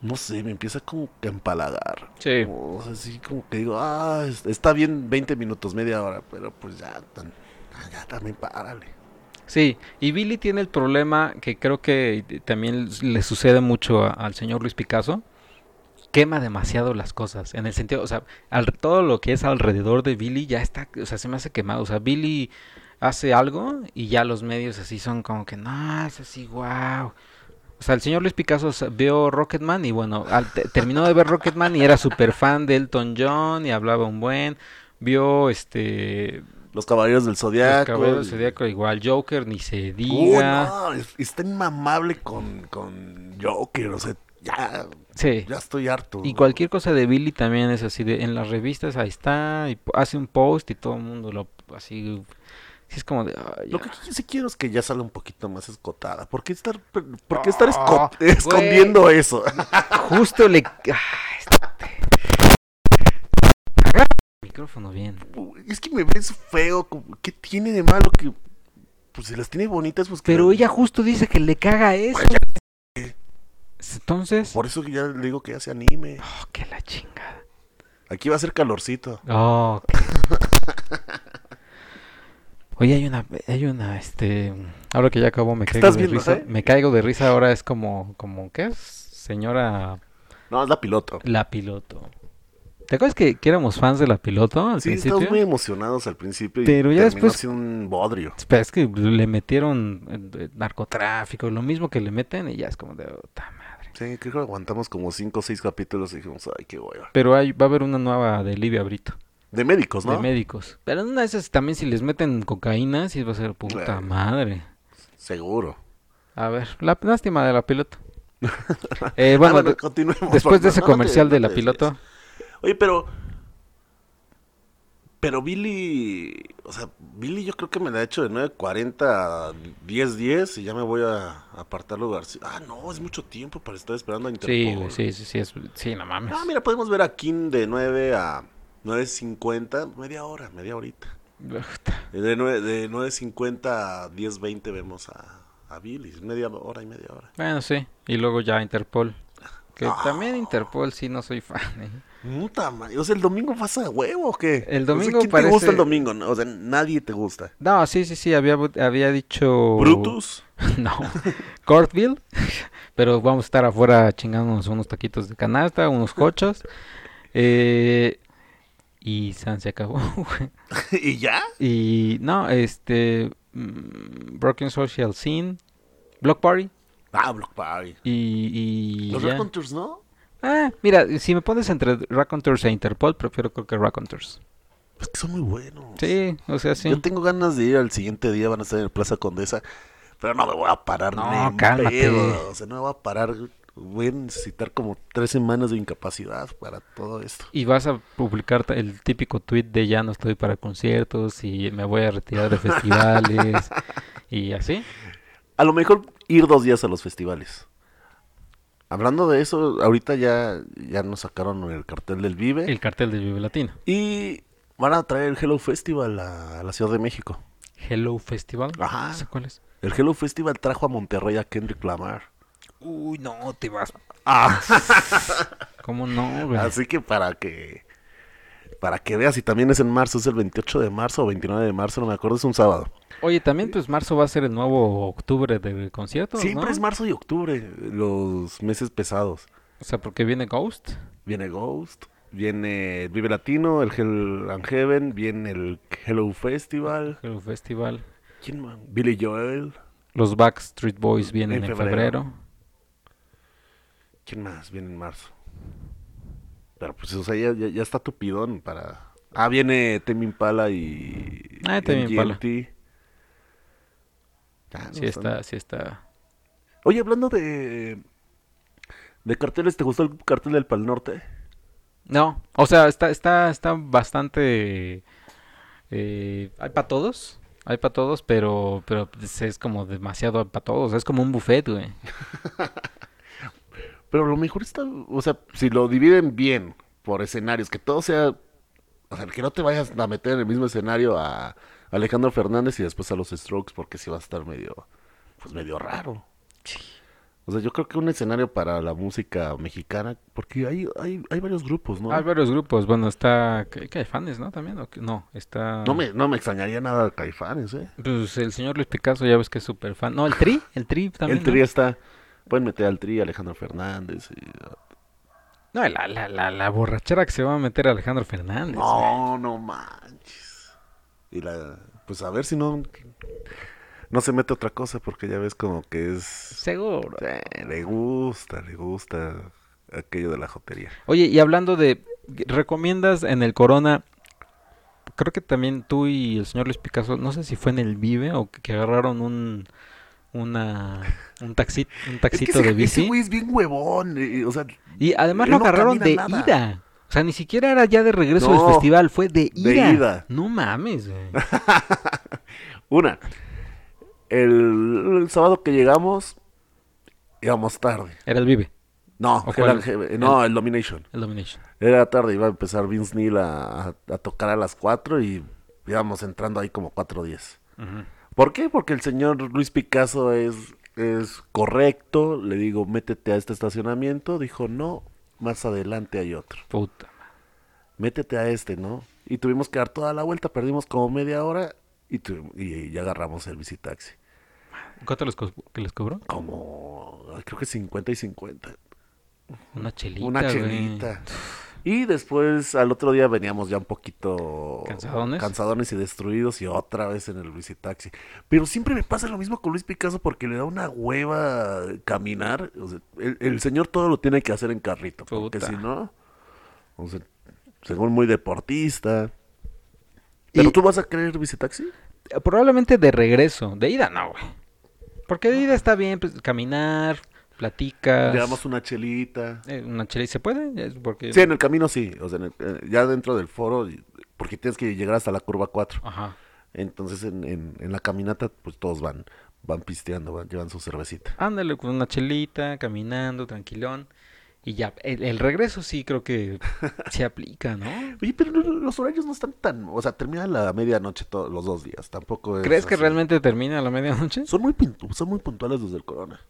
No sé, me empieza como que a empalagar.
Sí.
O sea, así como que digo, ah, es- está bien 20 minutos, media hora, pero pues ya, tan, ya también párale.
Sí, y Billy tiene el problema que creo que también le sucede mucho a- al señor Luis Picasso. Quema demasiado las cosas, en el sentido, o sea, al- todo lo que es alrededor de Billy ya está, o sea, se me hace quemado. O sea, Billy hace algo y ya los medios así son como que, no, es así, wow. O sea, el señor Luis Picasso sa- vio Rocketman y bueno, al- te- terminó de ver Rocketman y era súper fan de Elton John y hablaba un buen. Vio este
Los Caballeros del
los
Zodiaco.
Caballeros
y-
del Zodiaco igual, Joker ni se
Uy,
diga.
no, es- está inmamable con, con Joker, o sea, ya,
Sí.
ya estoy harto.
Y cualquier cosa de Billy también es así de en las revistas ahí está y po- hace un post y todo el mundo lo así sí es como de "Ay,
Lo
ya".
que yo sí quiero es que ya salga un poquito más escotada. ¿Por qué estar, por qué estar
Ah,
esco-
güey.
escondiendo eso?
justo le Ah, este. Agarra el micrófono bien.
es que me ves feo. como, ¿Qué tiene de malo que... Pues si las tiene bonitas, pues... que-
Pero ella justo dice que le caga eso.
pues
Entonces,
Por eso que ya le digo que ya se anime.
oh, que la chingada.
Aquí va a ser calorcito.
Oh, ok. Oye, hay una, hay una, este, ahora que ya acabó me
¿Qué
caigo
estás
de
viendo,
risa.
eh?
Me caigo de risa ahora es como, como, ¿qué es? Señora
No, es la piloto.
La Piloto. ¿Te acuerdas que, que éramos fans de La Piloto al
Sí,
principio?
estamos muy emocionados al principio y
Pero ya
terminó
después-
siendo un bodrio.
Pero es que le metieron eh, narcotráfico, lo mismo que le meten y ya es como de puta madre.
Sí, creo que aguantamos como cinco o seis capítulos y dijimos, ay, qué hueva.
Pero hay, va a haber una nueva de Livia Brito,
De médicos, ¿no?
de médicos. Pero en una de esas también si les meten cocaína, sí va a ser puta
Claro.
madre.
Seguro.
A ver, la lástima de la piloto. Eh, bueno,
Ah,
de-
continuemos,
después de
Batman.
ese
No, no te-
comercial
no
de la
te
piloto,
desvíes. Oye, pero... Pero Billy... O sea, Billy yo creo que me la ha hecho de 9.40 a 10.10 y ya me voy a apartar lugar. Sí, Ah, no, es mucho tiempo para estar esperando a
sí,
Interpol.
güey, sí, sí, sí, es- sí, no mames.
Ah, mira, podemos ver a Kim de 9 a 9.50, media hora, media horita.
Ujta.
De, nue- de 9.50 a 10.20 vemos a, a Billy, media hora y media hora.
Bueno, sí, y luego ya Interpol. Que
No.
también Interpol sí no soy fan. ¿eh?
Puta madre, o sea, ¿el domingo pasa a huevo o qué?
El
O sea,
domingo
¿Quién te gusta
parece-
el domingo? No, O sea, nadie te gusta.
No, sí, sí, sí, había, había dicho...
¿Brutus?
No, Cortville. Pero vamos a estar afuera chingándonos unos taquitos de canasta, unos cochos. Eh, y San se acabó, güey.
¿Y ya?
Y no, este. mm, Broken Social Scene, Block Party
Ah, Block Party.
y. y
Los
ya.
Raconteurs, ¿no?
Ah, mira, si me pones entre Raconteurs e Interpol, prefiero creo que Raconteurs.
Pues que son muy buenos.
Sí, o sea, sí.
Yo tengo ganas de ir al siguiente día, van a estar en Plaza Condesa, pero no me voy a parar
No,
ni en
cálmate.
pedo, O sea, no me voy a parar. Voy a necesitar como tres semanas de incapacidad para todo esto.
Y vas a publicar ta- el típico tweet de ya no estoy para conciertos y me voy a retirar de festivales y así.
A lo mejor ir dos días a los festivales. Hablando de eso, ahorita ya, ya nos sacaron el cartel del Vive.
El cartel de Vive Latino.
Y van a traer el Hello Festival a, a la Ciudad de México.
Hello Festival.
Ajá.
¿Ese ¿Cuál es?
El Hello Festival trajo a Monterrey a Kendrick Lamar.
Uy, no, te vas.
Ah,
¿Cómo no, güey?
así que para que para que veas, y también es en marzo, es el 28 de marzo o 29 de marzo, no me acuerdo, es un sábado.
Oye, también pues marzo va a ser el nuevo octubre del concierto,
Siempre
¿no?
es marzo y octubre, los meses pesados.
O sea, porque viene Ghost.
Viene Ghost, viene Vive Latino, el Hell and Heaven, viene el Hello Festival,
Hello Festival.
¿quién más? Billy Joel,
Los Backstreet Boys vienen en,
En
febrero.
febrero. ¿quién más? Viene en marzo. Pero pues, o sea, ya, ya- ya está tupidón para... Ah, viene Temi Impala y...
Ah, Tame Impala.
MGMT. Ah, no
Sí
están-
está, sí está.
Oye, hablando de... De carteles, ¿te gustó el cartel del Pal Norte?
No, o sea, está, está, está bastante. eh, hay para todos, hay para todos, pero, pero pues, es como demasiado para todos. Es como un buffet, güey.
Pero a lo mejor está, o sea, si lo dividen bien por escenarios, que todo sea, o sea, que no te vayas a meter en el mismo escenario a Alejandro Fernández y después a los Strokes, porque sí va a estar medio, pues medio raro. O sea, yo creo que un escenario para la música mexicana, porque hay, hay, hay varios grupos, ¿no?
Hay varios grupos. Ah, Bueno, está. ¿Qué, qué hay fans, no? También. ¿o qué? No, está.
No me, no me extrañaría nada de Caifanes, ¿eh?
Pues el señor Luis Picasso ya ves que es súper fan. No, el Tri, el Tri también.
el
¿no?
Tri está, pueden meter al Tri, Alejandro Fernández. y-
No, la, la, la, la borrachera que se va a meter Alejandro Fernández. güey.
No, no manches. Y la, pues a ver si no, no se mete otra cosa porque ya ves como que es,
Seguro.
eh, le gusta, le gusta aquello de la jotería.
Oye, y hablando de, ¿recomiendas en el Corona? Creo que también tú y el señor Luis Picasso, no sé si fue en el Vive o que, que agarraron un una un taxi, un taxito
ese,
de bici.
ese güey es bien huevón, eh, o sea,
y además
él
lo
no
agarraron de
camina nada.
ida. O sea, ni siquiera era ya de regreso
No,
del festival, fue de
de
ida.
ida.
No mames, güey.
una, el, el sábado que llegamos, íbamos tarde.
Era el Vive,
No,
¿O
el
cuál?
Ángel- no, el Domination.
el Domination.
Era tarde, iba a empezar Vince Neil a, a- a tocar a las 4 y íbamos entrando ahí como 4.10. ¿Por qué? Porque el señor Luis Picasso es, es correcto. Le digo, métete a este estacionamiento. Dijo, no, más adelante hay otro.
Puta. madre.
Métete a este, ¿no? Y tuvimos que dar toda la vuelta. Perdimos como media hora y, tu- y ya agarramos el visitaxi.
¿Cuánto les, co- que les cobró?
Como, ay, creo que 50 y 50.
Una chelita,
Una
güey.
chelita. Y después al otro día veníamos ya un poquito
¿Cansadones?
cansadones y destruidos y otra vez en el visitaxi. Pero siempre me pasa lo mismo con Luis Picasso porque le da una hueva caminar. O sea, el, el señor todo lo tiene que hacer en carrito, porque
Puta.
si no, o sea, según muy deportista. ¿Pero tú vas a querer visitaxi?
Eh, Probablemente de regreso. De ida no, güey. Porque de ida está bien, pues, caminar, platicas.
Le damos una chelita.
eh, una chela y se puede. Es porque...
Sí, en el camino sí, o sea, en el- eh, ya dentro del foro, y- porque tienes que llegar hasta la curva 4.
Ajá.
Entonces en, en, en la caminata, pues todos van, van pisteando, van, llevan su cervecita.
Ándale con una chelita, caminando, tranquilón. Y ya, el, el regreso sí creo que se aplica, ¿no?
Oye, pero no- los horarios no están tan, o sea, termina a la medianoche todos los dos días, tampoco es
¿Crees que
Pues, así.
realmente termina a la medianoche?
son muy pintu- son muy puntuales desde el corona.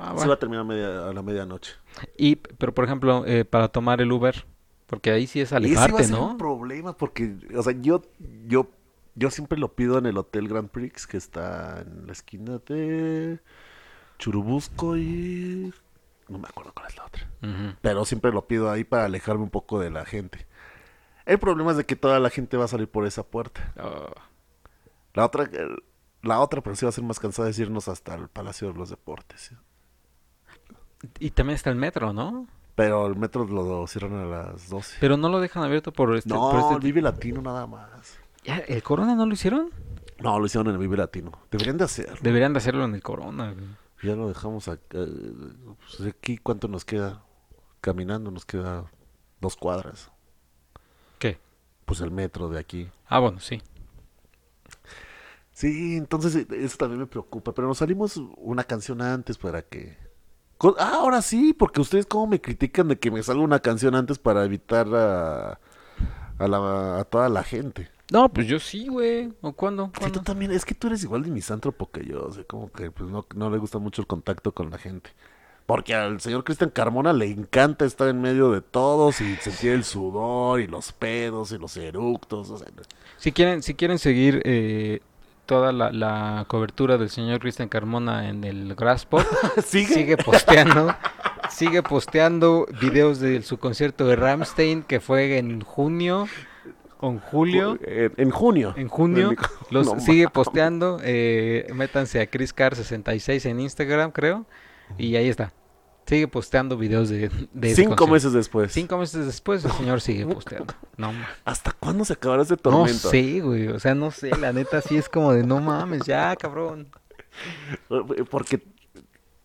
Ah,
Se
bueno.
va a terminar a, media- a la medianoche.
Y, pero por ejemplo, eh, para tomar el Uber, porque ahí sí es
Y ese va a
alejarte,
ser un
¿no?
problema porque, o sea, yo, yo, yo siempre lo pido en el Hotel Grand Prix que está en la esquina de Churubusco y no me acuerdo cuál es la otra.
Ujú.
pero siempre lo pido ahí para alejarme un poco de la gente. El problema es de que toda la gente va a salir por esa puerta.
Oh,
La otra, el- la otra, pero sí va a ser más cansada es irnos hasta el Palacio de los Deportes. ¿sí?
Y también está el metro, ¿no?
Pero el metro lo cierran a las 12.
Pero no lo dejan abierto por este...
no,
por este-
el Vive Latino nada más.
Ya, ¿El Corona no lo hicieron?
No, lo hicieron en el Vive Latino. Deberían de hacerlo.
Deberían de hacerlo en el Corona. güey.
Ya lo dejamos acá. eh, pues, aquí, ¿cuánto nos queda? Caminando nos queda dos cuadras.
¿Qué?
Pues el metro de aquí.
Ah, bueno, sí.
Sí, entonces eh, eso también me preocupa. Pero nos salimos una canción antes para que. Co- Ah, ahora sí, porque ustedes cómo me critican de que me salga una canción antes para evitar a, a, la- a toda la gente.
No, pues yo sí, güey. ¿O cuándo?
Sí, tú
¿Cuándo?
también, es que tú eres igual de misántropo que yo, o sea, como que pues, no, no le gusta mucho el contacto con la gente. Porque al señor Cristian Carmona le encanta estar en medio de todos y sentir el sudor y los pedos y los eructos. o sea,
Si quieren, si quieren seguir eh, toda la, la cobertura del señor Cristian Carmona en el Graspop,
¿Sigue?
sigue posteando, sigue posteando videos de su concierto de Ramstein que fue en junio, con Julio,
Pues, En, en junio.
en junio,
En-
los
no
sigue
mames.
posteando, eh, métanse a ChrisCar66 en Instagram, creo, y ahí está. Sigue posteando videos de, de ese
Cinco
concierto.
meses después.
Cinco meses después el señor sigue posteando. No, ma-
¿Hasta cuándo se acabará ese
no
tormento?
sé, güey. O sea, no sé. La neta sí es como de no mames, ya, cabrón.
Eh, Porque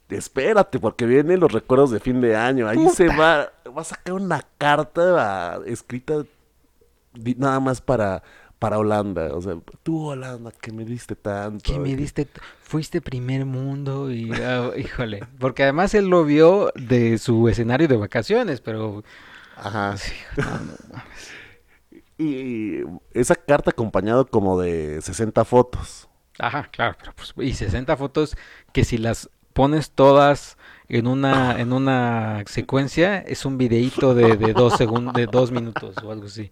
espérate, porque vienen los recuerdos de fin de año. Ahí se va, va a sacar una carta ah, escrita di- nada más para, para Holanda. O sea, tú Holanda, que me diste tanto.
Que me
Y-
diste, t- fuiste primer mundo y ah, híjole. Porque además él lo vio de su escenario de vacaciones, pero
Ajá.
Ah, sí, no, no mames.
Y esa carta acompañado como de 60 fotos.
Ajá, claro, pero pues, y 60 fotos que si las pones todas en una, en una secuencia, es un videíto de, de dos segundos, de dos minutos o algo así.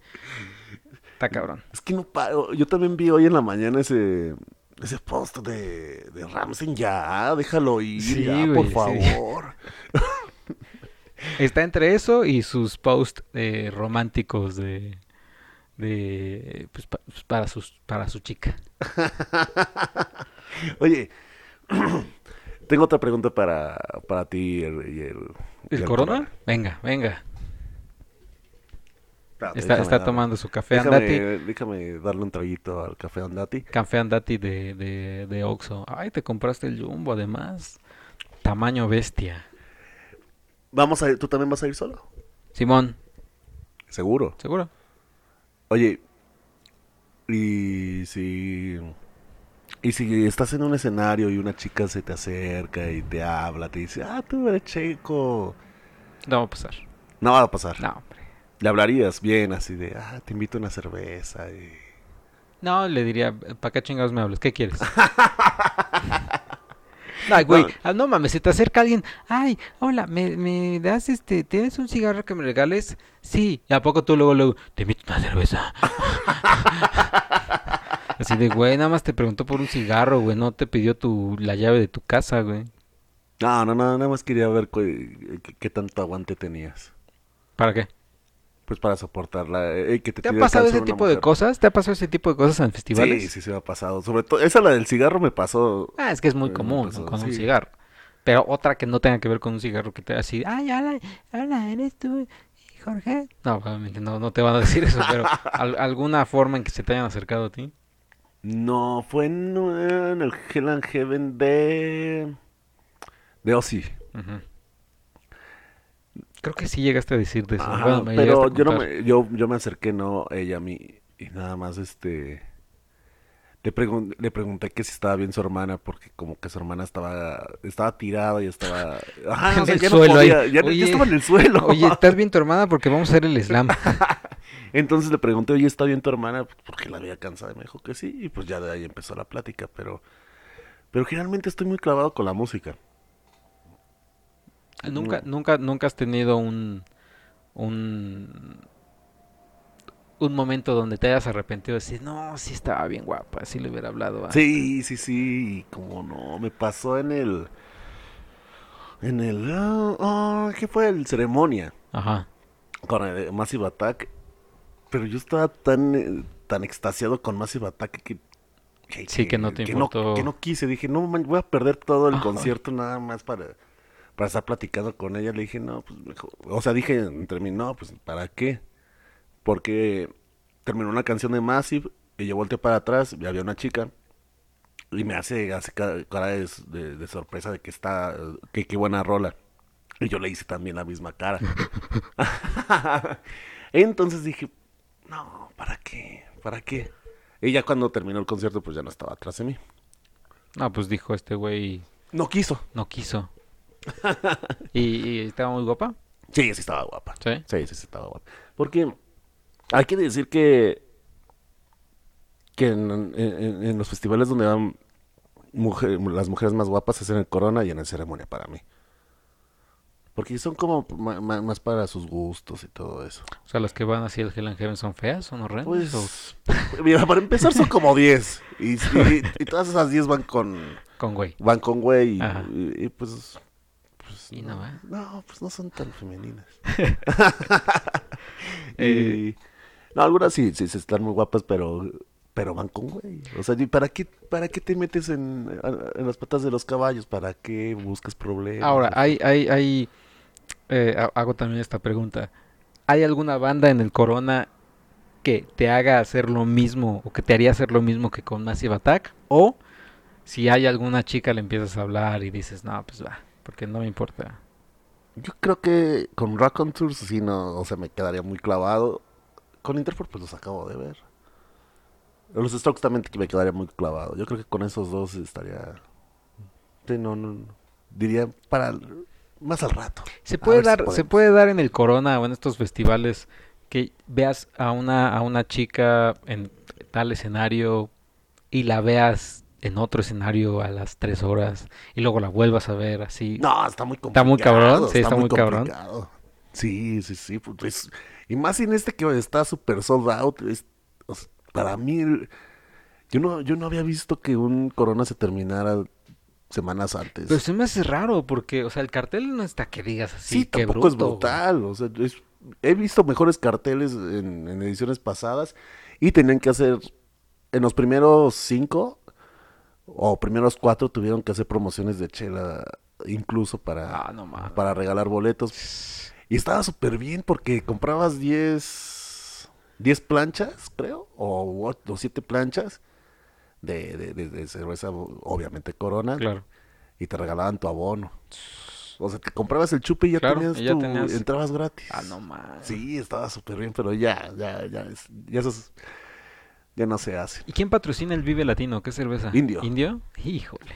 Está cabrón.
Es que no paro. Yo también vi hoy en la mañana ese ese post de, de Ramsey. Ya, déjalo ir,
Sí,
ya,
güey,
por
sí.
favor.
Está entre eso y sus posts eh, románticos de, de pues, pa- pues, para sus para su chica.
Oye, tengo otra pregunta para, para ti. El, y el, y
¿El corona? Venga, venga.
Espérate,
Está,
déjame
está
darle-
tomando su café andati.
Déjame, déjame darle un traguito al café Andati.
Café andati de, de, de Oxxo. Ay, te compraste el jumbo además. Tamaño bestia.
Vamos a, ¿Tú también vas a ir solo?
Simón,
Seguro.
¿seguro?
Oye, y si... Y si estás en un escenario y una chica se te acerca y te habla, te dice, ah, tú eres checo.
No va a pasar.
No va a pasar.
No, hombre.
Le hablarías bien, así de, ah, te invito a una cerveza. Y...
No, le diría, ¿para qué chingados me hablas? ¿Qué quieres? Ay, güey,
No.
ah, no mames, se te acerca alguien. Ay, hola, ¿me, me das este, ¿tienes un cigarro que me regales? Sí, ¿y a poco tú luego, luego, te invito una cerveza? Así de, güey, nada más te preguntó por un cigarro, güey, no te pidió tu, la llave de tu casa, güey.
No, no, no, nada más quería ver cu- qué, qué tanto aguante tenías.
¿Para qué?
Pues para soportarla. eh, que te
¿Te ha
tire el
pasado
calzón
ese
una
tipo de
mujer.
cosas? ¿Te ha pasado ese tipo de cosas en
Sí,
festivales?
sí, se me ha pasado. Sobre todo, esa la del cigarro me pasó.
Ah, es que es muy
Eh,
común
pues,
¿no? con un
sí.
cigarro. Pero otra que no tenga que ver con un cigarro que te así, ay, hola, hola, eres tú, Jorge. No, obviamente no, no te van a decir eso, pero al- alguna forma en que se te hayan acercado a ti.
No, fue en, en el Hell and Heaven de. de Ozzy.
Ujú. Creo que sí llegaste a decir de eso.
Ajá,
Bueno, me
pero
llegaste a
yo no
contar.
me, yo, yo me acerqué, no, ella a mí. Y nada más, este. Le, pregun- le pregunté que si estaba bien su hermana, porque como que su hermana estaba estaba tirada y estaba... Ajá,
En
ah, o sea,
el
ya no
suelo ahí.
podía, ya, no- ya
Oye,
estaba en el suelo.
Oye, ¿estás bien tu hermana? Porque vamos a hacer el slam.
Entonces le pregunté, oye, ¿está bien tu hermana? Pues, Porque la había cansada y me dijo que sí. Y pues ya de ahí empezó la plática, pero... Pero generalmente estoy muy clavado con la música.
Nunca, nunca, nunca has tenido un, un, un momento donde te hayas arrepentido de decir, no, sí estaba bien guapa, sí le hubiera hablado a...
Sí, sí, sí, como no, me pasó en el... En el... ah, ah, ¿Qué fue? El ceremonia
Ajá.
con el Massive Attack. Pero yo estaba tan, eh, tan extasiado con Massive Attack que...
Sí, que no te
que
importó.
que no quise, dije, no, man, voy a perder todo el
Ajá.
concierto nada más para, para estar platicando con ella, le dije, no, pues mejor. O sea, dije entre mí, no, pues ¿para qué? Porque terminó una canción de Massive y yo volteé para atrás y había una chica. Y me hace, hace ca- cara de, de- de sorpresa de que está, que qué buena rola. Y yo le hice también la misma cara. Entonces dije, no, ¿para qué? ¿Para qué? Y ya cuando terminó el concierto, pues ya no estaba atrás de mí.
No, pues dijo este güey,
No quiso.
no quiso. ¿Y, y estaba muy guapa?
Sí, sí estaba guapa.
¿Sí?
Sí, sí, sí estaba guapa. Porque hay que decir que, que en, en- en- en los festivales donde van mujer- las mujeres más guapas es en el Corona y en el Ceremonia para mí. Porque son como ma- ma- más para sus gustos y todo eso.
O sea, las que van así al Hell and Heaven son feas, son horrendas. o
Pues, mira, para empezar son como 10. Y, y- y todas esas 10 van con,
con güey.
van con güey. Y,
Ajá.
y- y pues, pues,
Y no va.
no, pues no son tan femeninas.
Eh.
Y- no, algunas sí, sí, sí están muy guapas, pero, pero van con güey. O sea, ¿y para qué, para qué te metes en, en las patas de los caballos? ¿Para qué buscas problemas?
Ahora, hay, hay, hay, eh, ha- hago también esta pregunta. ¿Hay alguna banda en el Corona que te haga hacer lo mismo o que te haría hacer lo mismo que con Massive Attack? O si hay alguna chica le empiezas a hablar y dices, no, pues va, porque no me importa.
Yo creo que con Rock on Tours sí no, o sea, me quedaría muy clavado. Con Interpol pues los acabo de ver. Los Strokes también que me quedaría muy clavado. Yo creo que con esos dos estaría... sí, no, no, no. Diría para... Más al rato.
¿Se
A
puede,
ver si
dar, ¿Se
podemos.
puede dar en el Corona o en estos festivales que veas a una, a una chica en tal escenario y la veas en otro escenario a las tres horas y luego la vuelvas a ver así?
No, está muy complicado.
Está muy cabrón, sí, está muy cabrón.
complicado. Sí, sí, sí. pues, es- y más en este que está súper sold out. es- o sea, para mí, yo no, yo no había visto que un Corona se terminara semanas antes.
Pero se me hace raro porque, o sea, el cartel no está que digas así.
Sí,
que
tampoco
bruto,
es
güey.
brutal. O sea, es- he visto mejores carteles en, en ediciones pasadas y tenían que hacer, en los primeros cinco o primeros cuatro tuvieron que hacer promociones de chela incluso para,
Ah, no mames.
para regalar boletos. Y estaba súper bien porque comprabas 10, 10 planchas, creo, o, o 7 planchas de, de- de- de cerveza, obviamente Corona
Claro.
y te regalaban tu abono. O sea, te comprabas el chupe y ya
Claro,
tenías
y ya
tu-
tenías-
entrabas gratis.
Ah, no mames.
Sí, estaba súper bien, pero ya, ya, ya, es- ya eso es- ya no se hace.
¿Y quién patrocina el Vive Latino? ¿Qué cerveza?
Indio.
¿Indio? Híjole.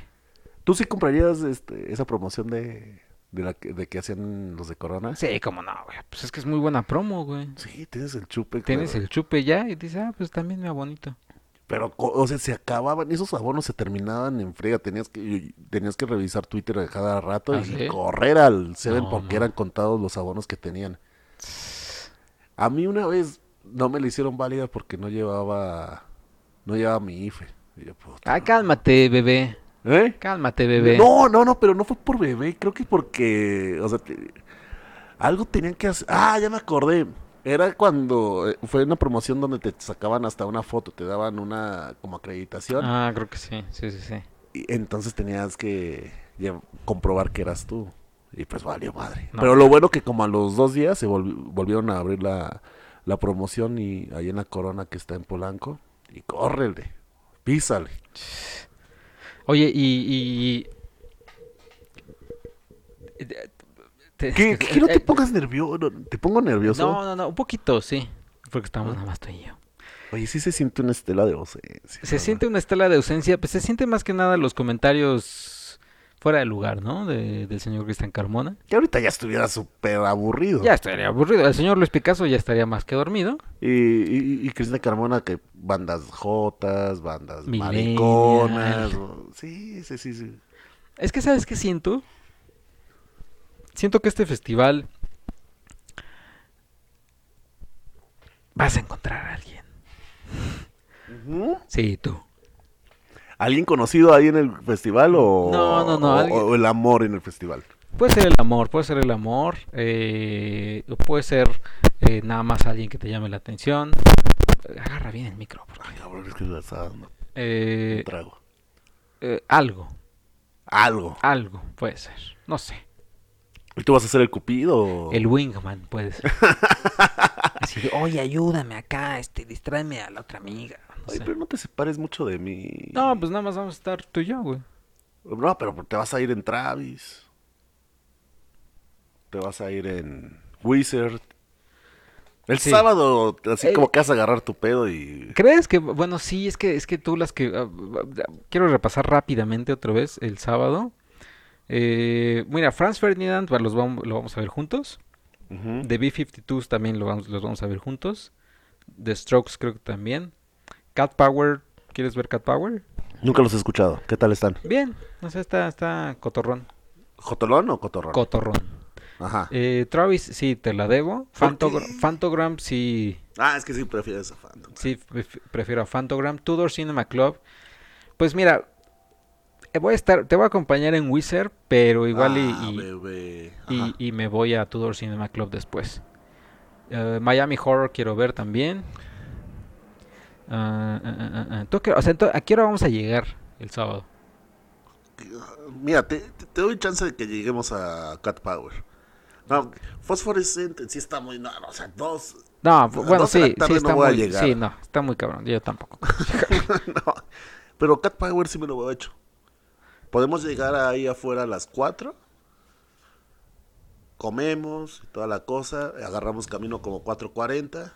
¿Tú sí comprarías este, esa promoción de, de, la, que- de que hacían los de Corona?
Sí, cómo no, güey. Pues es que es muy buena promo, güey.
Ah. Sí, tienes el chupe.
Tienes
claro.
el chupe ya y dices, ah, pues también me abonito.
Pero, co- o sea, se acababan, esos abonos se terminaban en frega. Tenías que, y- tenías que revisar Twitter a cada rato
¿Ah,
y
sí?
correr al Seven
No,
porque
no.
eran contados los abonos que tenían. A mí una vez no me la hicieron válida porque no llevaba, no llevaba mi IFE. Y yo, puta.
Ah, cálmate, bebé.
¿Eh?
Cálmate, bebé.
No, no, no, pero no fue por bebé, creo que porque, o sea, te- algo tenían que hacer. Ah, ya me acordé. Era cuando eh, fue una promoción donde te sacaban hasta una foto, te daban una como acreditación.
Ah, creo que sí, sí, sí, sí.
Y entonces tenías que lle- comprobar que eras tú. Y pues valió madre.
No.
Pero lo bueno que como a los dos días se volvi- volvieron a abrir la, la promoción y ahí en la corona que está en Polanco. Y córrele, písale.
Oye, y... y... Te-
Que, que no
eh,
te pongas nervioso, no, te pongo nervioso.
No, no, no, un poquito, sí. Porque estamos nada más tú y yo.
Oye, sí se siente una estela de ausencia.
Se
¿no?
siente una estela de ausencia, pues se siente más que nada los comentarios fuera de lugar, ¿no? De- del señor Cristian Carmona.
Que ahorita ya estuviera súper aburrido.
Ya estaría aburrido. El señor Luis Picasso ya estaría más que dormido.
Y, y, y Cristina Carmona, que bandas jotas, bandas
Millennial.
mariconas. o- Sí, sí, sí, sí.
Es que, ¿sabes qué siento? Siento que este festival vas a encontrar a alguien.
Ujú.
Sí, tú.
¿Alguien conocido ahí en el festival o,
No, no, no,
o-
alguien-
o el amor en el festival?
Puede ser el amor, puede ser el amor, eh, o puede ser eh, nada más alguien que te llame la atención. Agarra bien el micro. por favor.
Ay, cabrón, es que la estaba dando un
Eh,
trago.
eh, algo.
Algo.
Algo puede ser, no sé.
¿Y tú vas a ser el cupido?
El wingman, puedes. Así de, oye, ayúdame acá, este, distráeme a la otra amiga. No,
Ay,
sé.
pero no te separes mucho de mí.
No, pues nada más vamos a estar tú y yo, güey.
No, pero te vas a ir en Travis. Te vas a ir en Wizard. El
Sí.
sábado, así
Eh.
como que vas a agarrar tu pedo y...
¿Crees que, bueno, sí, es que, es que tú las que... ah, ah, quiero repasar rápidamente otra vez el sábado. Eh, mira, Franz Ferdinand, va- los vamos, lo vamos a ver juntos.
Ujú.
The B-52s también lo vamos, los vamos a ver juntos. The Strokes creo que también. Cat Power, ¿quieres ver Cat Power?
Nunca los he escuchado. ¿Qué tal están?
Bien, o sea, está, está cotorrón.
¿Jotolón o Cotorrón?
Cotorrón.
Ajá.
Eh, Travis, sí, te la debo. Fantogra- Fantogram, sí,
Ah, es que sí prefieres a Phantom.
sí, pref- prefiero a Fantogram. Tudor Cinema Club. Pues mira, eh, voy a estar, te voy a acompañar en Wizard, pero igual y-
Ah,
y,
bebé. Ajá.
y, y me voy a Tudor Cinema Club después. Eh, Miami Horror quiero ver también. Ah, ah, ah, ah, ah. ¿Tú qué- o sea, ento- ¿A qué hora vamos a llegar el sábado?
Mira, te, te- te doy chance de que lleguemos a Cat Power. No, Phosphorescent sí está muy... No, o sea, dos...
No,
las
bueno,
12 de la
sí, sí,
tarde no
está
voy a
muy,
llegar.
sí, no, está muy cabrón, yo tampoco.
no. Pero Cat Power sí me lo he hecho. Podemos llegar ahí afuera a las 4. Comemos y toda la cosa. Agarramos camino como 4.40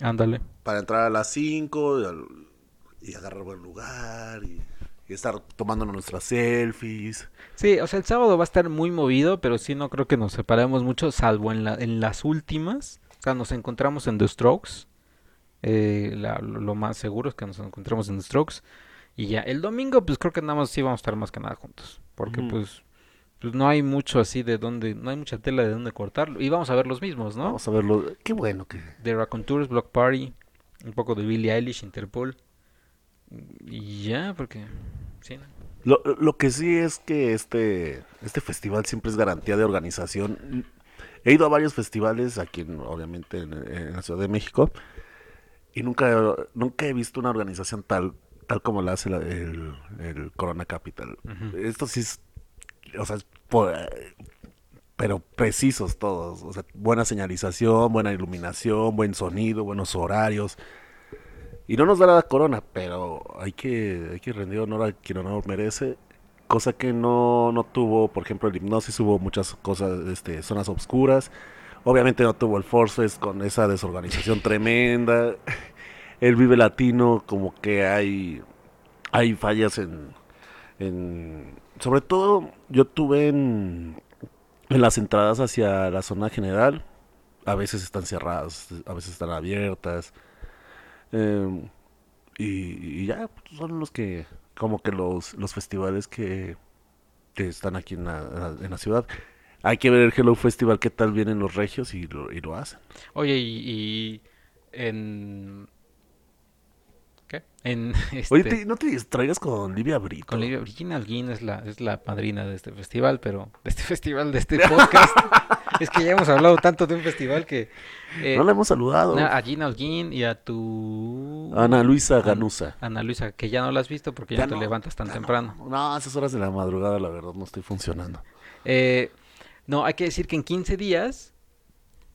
Ándale.
para entrar a las 5 y, al- y agarrar buen lugar y, y estar tomándonos nuestras selfies.
Sí, o sea, el sábado va a estar muy movido, pero sí no creo que nos separemos mucho, salvo en, la, en las últimas. O sea, nos encontramos en The Strokes. eh, la- lo lo más seguro es que nos encontremos en The Strokes. Y ya, el domingo, pues creo que nada más sí vamos a estar más que nada juntos. Porque
Ujú.
pues, pues no hay mucho así de donde, no hay mucha tela de donde cortarlo. Y vamos a ver los mismos, ¿no?
Vamos a verlo. Qué bueno que...
The Raconteurs, Block Party, un poco de Billie Eilish, Interpol. Y ya, porque... Sí, ¿no?
Lo, lo que sí es que este, este festival siempre es garantía de organización. He ido a varios festivales aquí, en- obviamente, en, en la Ciudad de México, y nunca, nunca he visto una organización tal, tal como la hace la- el, el Corona Capital.
Ujú.
Esto sí es, o sea, es por- pero precisos todos. O sea, buena señalización, buena iluminación, buen sonido, buenos horarios. Y no nos da la corona, pero hay que, hay que rendir honor a quien honor merece. Cosa que no, no tuvo, por ejemplo, el hipnosis, hubo muchas cosas, este, zonas obscuras. Obviamente no tuvo el Force Fest con esa desorganización tremenda. El Vive Latino, como que hay, hay fallas en, en- Sobre todo, yo tuve en, en las entradas hacia la zona general. A veces están cerradas, a veces están abiertas. Eh, y, y ya pues, son los que, como que los, los festivales que, que están aquí en la, en la- en la ciudad. Hay que ver el Hello Festival, qué tal vienen los regios y lo, y lo hacen.
Oye, y, y en... ¿Qué? En este...
Oye, te- no te distraigas con Livia Brito.
Con Livia Virginia Alguín es la, es la padrina de este festival, pero... De este festival, de este podcast. es que ya hemos hablado tanto de un festival que... eh,
No la hemos saludado.
a Gina Alguín y a tu...
Ana
ah,
Luisa Ganusa.
Ana Luisa, que ya no la has visto porque ya,
Ya
no te
no,
levantas tan
ya no.
temprano.
No, a esas horas de la madrugada, la verdad, no estoy funcionando.
Eh, no, hay que decir que en 15 días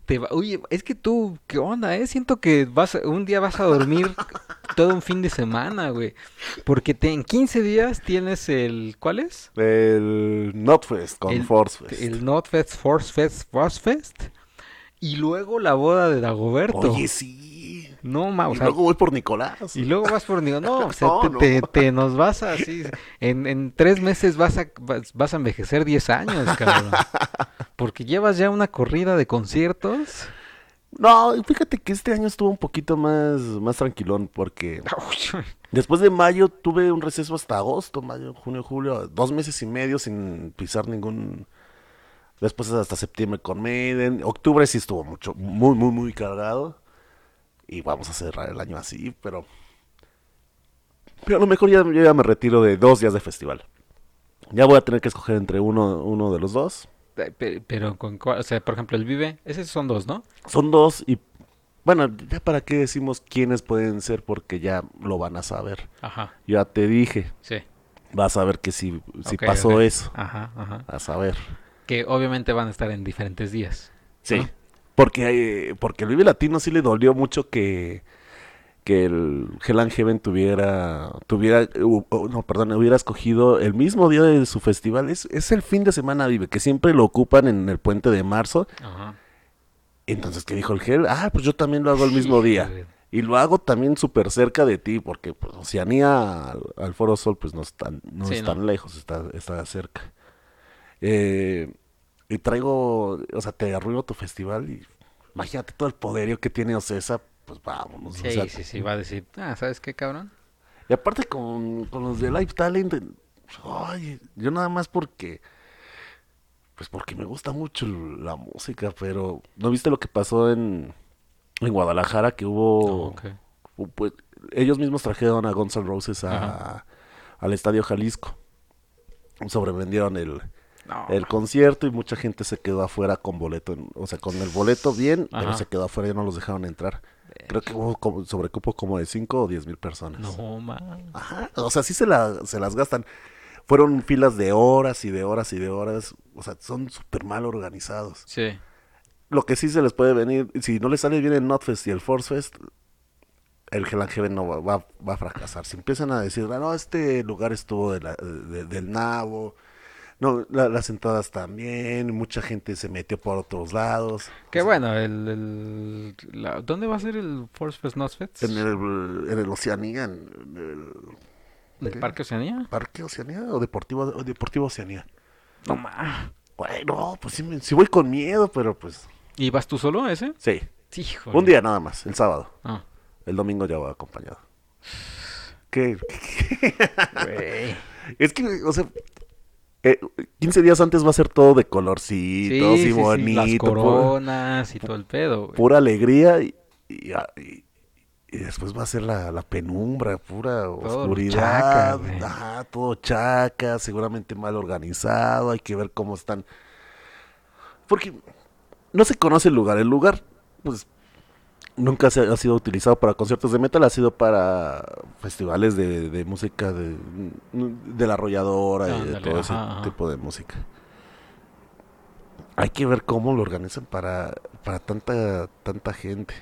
te va... Oye, es que tú, ¿qué onda, eh? Siento que vas a- un día vas a dormir todo un fin de semana, güey. Porque te- en 15 días tienes el... ¿Cuál es?
El Notfest con
El-
Force Fest.
El Notfest, Force Fest, Force Fest. Y luego la boda de Dagoberto.
Oye, sí.
no, ma, o
y
sea,
luego voy por Nicolás.
y luego vas por... No, o sea,
No,
te,
no.
te- te nos vas a... Así, en, en tres meses vas a, vas, vas a envejecer 10 años, cabrón. Porque llevas ya una corrida de conciertos.
No, y fíjate que este año estuvo un poquito más, más tranquilón porque después de mayo tuve un receso hasta agosto, mayo, junio, julio, dos meses y medio sin pisar ningún... Después hasta septiembre con Maiden. Octubre sí estuvo mucho, muy, muy, muy cargado. Y vamos a cerrar el año así, pero... Pero a lo mejor ya, yo ya me retiro de dos días de festival. Ya voy a tener que escoger entre uno, uno de los dos.
Pe- pe- Pero con cuál, o sea, por ejemplo, el Vive, esos son dos, ¿no?
Son dos y bueno, ya para qué decimos quiénes pueden ser porque ya lo van a saber.
Ajá,
Ya te dije,
sí.
vas a ver que si, si
Ok,
pasó
ok.
eso,
Ajá, ajá.
vas a ver.
Que obviamente van a estar en diferentes días.
Sí. Porque, eh, porque el Vive Latino sí le dolió mucho que, que el Hell and Heaven tuviera, tuviera u- u- no, perdón, hubiera escogido el mismo día de su festival. Es, es el fin de semana Vive, que siempre lo ocupan en el puente de marzo.
Ajá.
Entonces, ¿qué dijo el Hell? Ah, pues yo también lo hago el mismo día.
Híjole.
Y lo hago también súper cerca de ti, porque pues, Oceanía al, al Foro Sol pues no es tan, no
Sí,
es
no.
tan lejos, está, está cerca. Eh, y traigo, o sea, te arruino tu festival y imagínate todo el poderío que tiene Ocesa, pues vámonos. o
Sí,
sea,
sí, sí, va a decir, ah, ¿sabes qué, cabrón?
Y aparte con, con los de Live Talent, ay, yo nada más porque, pues porque me gusta mucho l- la música, pero ¿no viste lo que pasó en, en Guadalajara? Que
Ah,
hubo...
Ok.
Pu- pues, ellos mismos trajeron a Guns N' Roses a- al Estadio Jalisco. Sobrevendieron el,
No.
el concierto y mucha gente se quedó afuera con boleto. en- o sea, con el boleto bien, pero
Ajá.
se quedó afuera y no los dejaron entrar. Creo que hubo como, sobrecupo como de 5 o 10 mil personas.
No, man.
Ajá, o sea, sí se, la- se las gastan. Fueron filas de horas y de horas y de horas. O sea, son súper mal organizados.
Sí.
Lo que sí se les puede venir, si no les sale bien el Notfest y el Forcefest, el Hell and Heaven no va, va- va a fracasar. Si empiezan a decir, "Ah, no, este lugar estuvo de la- de- del nabo, no, la- las entradas también, mucha gente se metió por otros lados.
Qué
O sea,
bueno, el, el- la- ¿dónde va a ser el Force Fest Nosfest?
En el, en el Oceanía, en el
¿Del Parque Oceanía?
Parque Oceanía o Deportivo, o Deportivo Oceanía.
No, ma.
Güey, no, pues sí, me- sí voy con miedo, pero pues
¿Y vas tú solo a ese?
sí.
Híjole.
Un día nada más, el sábado.
Ah,
El domingo ya voy acompañado. ¿Qué,
güey.
Es que, o sea, eh, 15 días antes va a ser todo de colorcitos y bonito,
las
pu-
coronas y todo el pedo, güey.
pura alegría y, y- y- y después va a ser la, la penumbra, pura oscuridad,
chaca, güey.
ajá, todo chaca, seguramente mal organizado, hay que ver cómo están. Porque no se conoce el lugar, el lugar, pues... Nunca se ha sido utilizado para conciertos de metal, ha sido para festivales de, de música de, de la arrolladora y de
Ándale,
todo ese
ajá, ajá.
tipo de música. Hay que ver cómo lo organizan para, para tanta, tanta gente.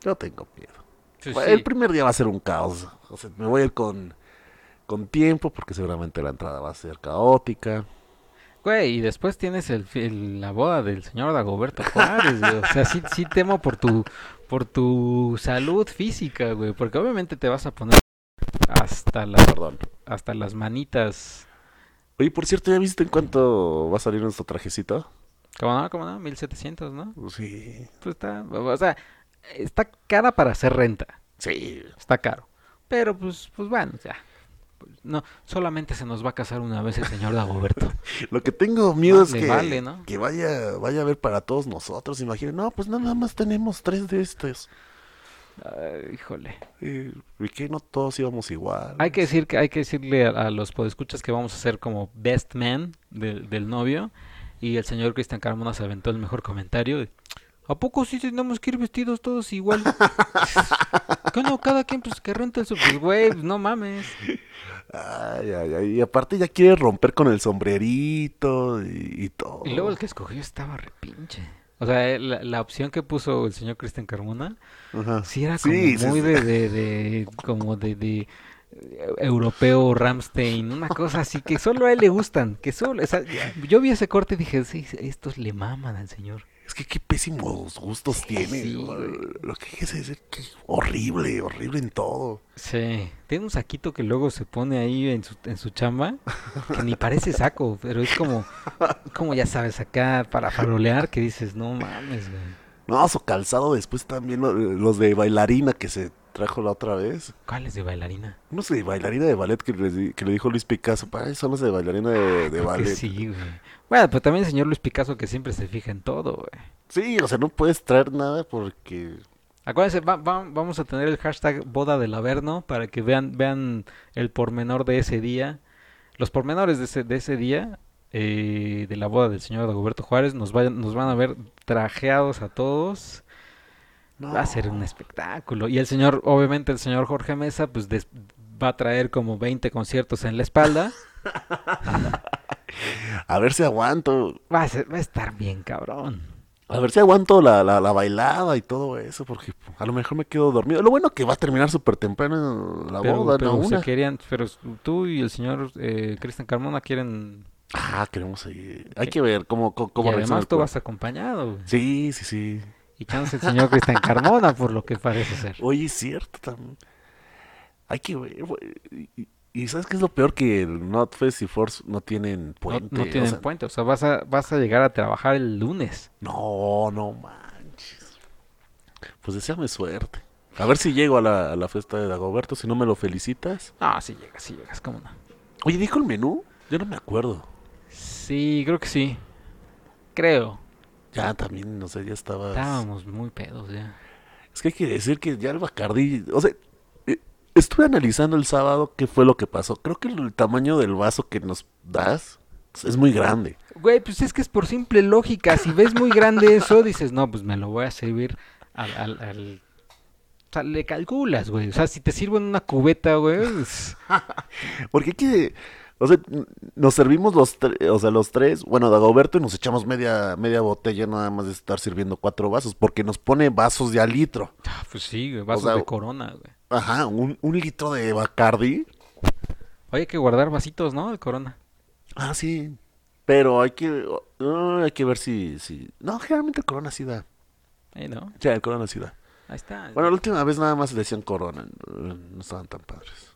Yo tengo miedo.
Sí,
Bueno, El
Pues sí.
primer día va a ser un caos. O sea, me voy a ir con, con tiempo porque seguramente la entrada va a ser caótica.
Güey, y después tienes el, fi- el- la boda del señor Dagoberto Juárez, güey. O sea, sí, sí temo por tu, por tu salud física, güey. Porque obviamente te vas a poner hasta, la-
Perdón.
hasta las manitas.
Oye, por cierto, ¿ya viste en cuánto va a salir nuestro trajecito?
¿Cómo no? ¿Cómo no? 1700, ¿no?
Sí.
Pues está, o sea, está cara para hacer renta.
Sí.
Está caro. Pero pues, pues bueno, ya. Pues, No, solamente se nos va a casar una vez el señor Dagoberto.
Lo que tengo miedo
No,
es
le
que,
vale, ¿no?
que vaya, vaya a ver para todos nosotros. Imaginen, no, pues nada más tenemos tres de estos.
Ay, híjole.
Eh, ¿Y que no todos íbamos igual?
Hay que decir que hay que decirle a, a los podescuchas que vamos a ser como best man del, del novio y el señor Cristian Carmona se aventó el mejor comentario. de, ¿A poco sí tenemos que ir vestidos todos igual? que no, cada quien pues que renta el super güey, pues, no mames.
Ay, ay, ay. Y aparte ya quiere romper con el sombrerito y, y todo.
Y luego el que escogió estaba repinche. O sea, eh, la, la opción que puso el señor Cristian Carmona
Ajá.
sí era como
Sí, sí,
muy
sí.
De, de- de- como de, de, eh, europeo Ramstein, una cosa así que solo a él le gustan, que solo, o sea, yo vi ese corte y dije, sí, estos le maman al señor.
Es que qué pésimos gustos tiene.
sí,
o-
güey.
Lo que es decir que es horrible, horrible en todo.
Sí, tiene un saquito que luego se pone ahí en su, en su chamba, que ni parece saco, pero es como, como ya sabes, acá para farolear, que dices, no mames, güey.
No, su calzado después también lo- los de bailarina que se trajo la otra vez.
¿Cuál es de bailarina?
No sé, de bailarina de ballet que, les di- que le dijo Luis Picasso. Ay, son los de bailarina de, de
Creo que
ballet.
sí, güey. Bueno, pero también el señor Luis Picasso que siempre se fija en todo, güey.
Sí, o sea, no puedes traer nada porque...
Acuérdense, va- va- vamos a tener el hashtag boda del Averno para que vean, vean el pormenor de ese día. Los pormenores de ese, de ese día, eh, de la boda del señor Dagoberto Juárez, nos, vayan- nos van a ver trajeados a todos.
No.
Va a ser un espectáculo. Y el señor, obviamente el señor Jorge Mesa, pues des- va a traer como 20 conciertos en la espalda.
A ver si aguanto.
Va a, ser- va a estar bien, cabrón.
A ver si aguanto la, la, la bailada y todo eso, porque a lo mejor me quedo dormido. Lo bueno que va a terminar súper temprano la
Pero,
boda,
pero
no
se
una.
querían, pero tú y el señor eh, Cristian Carmona quieren...
Ah, queremos seguir. Hay que ver cómo, cómo, cómo
y
reacciona
además
el
tú
cuerpo.
vas acompañado. güey.
Sí, sí, sí.
Y chance el señor Cristian Carmona, por lo que parece ser.
Oye, es cierto también. Hay que ver, güey. Y, y ¿sabes qué es lo peor? Que el NotFest y Force no tienen
No-
puente.
no,
o
tienen
sea,
puente, o sea, vas a, vas a llegar a trabajar el lunes.
No, no manches. Pues deseame suerte. A ver si llego a la, a la fiesta de Dagoberto, si no me lo felicitas.
Ah, sí llegas, sí llegas, ¿cómo no?
Oye, ¿dijo el menú? Yo no me acuerdo.
Sí, creo que sí. Creo.
Ya también, no sé, ya estabas.
Estábamos muy pedos ya.
Es que hay que decir que ya el Bacardí. O sea, eh, estuve analizando el sábado qué fue lo que pasó. Creo que el tamaño del vaso que nos das es muy grande.
Güey, pues es que es por simple lógica. Si ves muy grande eso, dices, no, pues me lo voy a servir al... al- al-". O sea, le calculas, güey. O sea, si te sirvo en una cubeta, güey. es-
Porque hay que. O sea, n- nos servimos los tres, o sea, los tres, bueno, Dagoberto, y nos echamos media, media botella nada más de estar sirviendo cuatro vasos, porque nos pone vasos de al litro.
Ah, Pues sí, güey, vasos
sea,
de corona, güey.
Ajá, un, un litro de Bacardi.
Oye, hay que guardar vasitos, ¿no? De corona.
Ah, sí. Pero hay que, ah, hay que ver si, si... No, generalmente el Corona sí da.
Ahí, ¿no?
Ya, el Corona sí da.
Ahí está.
Bueno, la última vez nada más decían Corona, no no estaban tan padres.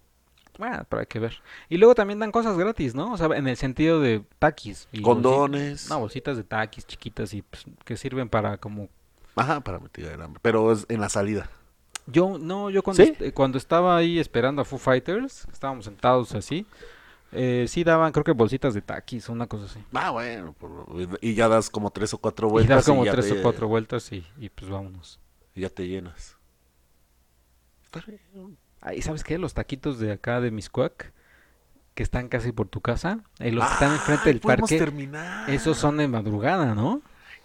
Bueno, pero hay que ver. Y luego también dan cosas gratis, ¿no? O sea, en el sentido de taquis. y bolsi-
Condones.
No, bolsitas de taquis chiquitas y pues, que sirven para como...
Ajá, para mitigar el hambre, pero es en la salida.
Yo, no, yo cuando,
¿Sí?
est- eh, cuando estaba ahí esperando a Foo Fighters, estábamos sentados así, eh, sí daban creo que bolsitas de taquis, una cosa así.
Ah, bueno, por- y ya das como tres o cuatro
Y
vueltas
das como
ya
tres
te-
o cuatro vueltas y, y pues vámonos.
y ya te llenas. Está bien.
Ahí, Ah, ¿sabes qué? Los taquitos de acá de Miscuac, que están casi por tu casa, eh, los que están enfrente
Ay,
del
podemos
parque,
terminar.
esos son de madrugada, ¿no?